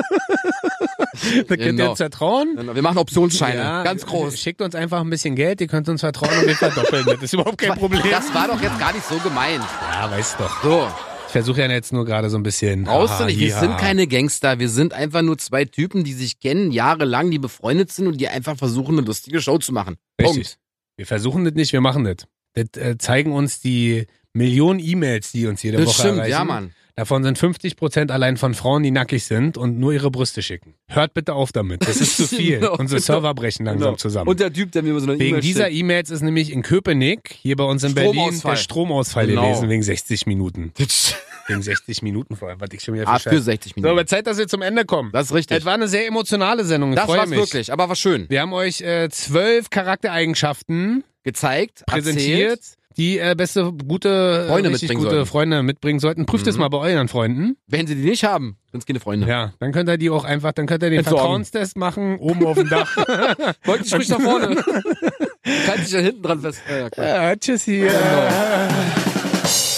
Speaker 1: da könnt ihr
Speaker 2: Genau.
Speaker 1: uns vertrauen.
Speaker 2: Wir machen Optionsscheine,
Speaker 1: Ja, äh,
Speaker 2: ganz groß.
Speaker 1: Schickt uns einfach ein bisschen Geld, ihr könnt uns vertrauen und wir verdoppeln. Das ist überhaupt
Speaker 2: [laughs]
Speaker 1: kein Problem.
Speaker 2: Das war doch jetzt gar nicht so gemeint.
Speaker 1: ja, weißt doch.
Speaker 2: So,
Speaker 1: Ich versuche ja jetzt nur gerade so ein bisschen.
Speaker 2: brauchst du
Speaker 1: aha,
Speaker 2: nicht. Wir
Speaker 1: hiha.
Speaker 2: sind keine Gangster, wir sind einfach nur zwei Typen, die sich kennen, jahrelang, die befreundet sind und die einfach versuchen, eine lustige Show zu machen.
Speaker 1: Richtig.
Speaker 2: Punkt.
Speaker 1: Wir versuchen das nicht, wir machen das. Das äh, zeigen uns die Millionen E-Mails, die uns jede
Speaker 2: Das
Speaker 1: Woche
Speaker 2: stimmt,
Speaker 1: erreichen.
Speaker 2: ja, Mann.
Speaker 1: Davon sind 50 Prozent allein von Frauen, die nackig sind und nur ihre Brüste schicken. Hört bitte auf damit. Das ist zu
Speaker 2: [laughs]
Speaker 1: viel.
Speaker 2: Genau,
Speaker 1: Unsere
Speaker 2: genau.
Speaker 1: Server brechen langsam
Speaker 2: Genau.
Speaker 1: zusammen.
Speaker 2: Und der Typ, der mir immer so eine
Speaker 1: Wegen
Speaker 2: E-Mail
Speaker 1: dieser
Speaker 2: schickt.
Speaker 1: E-Mails ist nämlich in Köpenick, hier bei uns in Berlin,
Speaker 2: Stromausfall.
Speaker 1: der Stromausfall
Speaker 2: Genau.
Speaker 1: gewesen, wegen 60 Minuten. Wegen 60 Minuten vor allem, was ich schon wieder
Speaker 2: [laughs] Ah,
Speaker 1: für
Speaker 2: für
Speaker 1: Scheiße.
Speaker 2: 60
Speaker 1: So,
Speaker 2: Minuten.
Speaker 1: aber Zeit, dass wir zum Ende kommen.
Speaker 2: Das ist richtig.
Speaker 1: Es war eine sehr emotionale Sendung. Ich
Speaker 2: Das
Speaker 1: freue
Speaker 2: war's
Speaker 1: mich.
Speaker 2: wirklich, aber war schön.
Speaker 1: Wir haben euch äh, zwölf Charaktereigenschaften
Speaker 2: Gezeigt,
Speaker 1: präsentiert,
Speaker 2: erzählt.
Speaker 1: die äh, beste, gute, äh,
Speaker 2: Freunde
Speaker 1: richtig
Speaker 2: mitbringen
Speaker 1: gute
Speaker 2: sollten. Mhm.
Speaker 1: Freunde mitbringen sollten. Prüft es mal bei euren Freunden.
Speaker 2: Wenn sie die nicht haben, sind es keine Freunde.
Speaker 1: Ja, dann könnt ihr die auch einfach, dann könnt ihr den
Speaker 2: Entsorgen.
Speaker 1: Vertrauenstest machen, oben auf dem
Speaker 2: [laughs]
Speaker 1: Dach.
Speaker 2: Wollt ich sprich nach [laughs] vorne.
Speaker 1: Ah,
Speaker 2: Halt Ah, Du kannst dich da hinten dran fest. Ja, ja, klar.
Speaker 1: ja, tschüssi.
Speaker 2: Genau.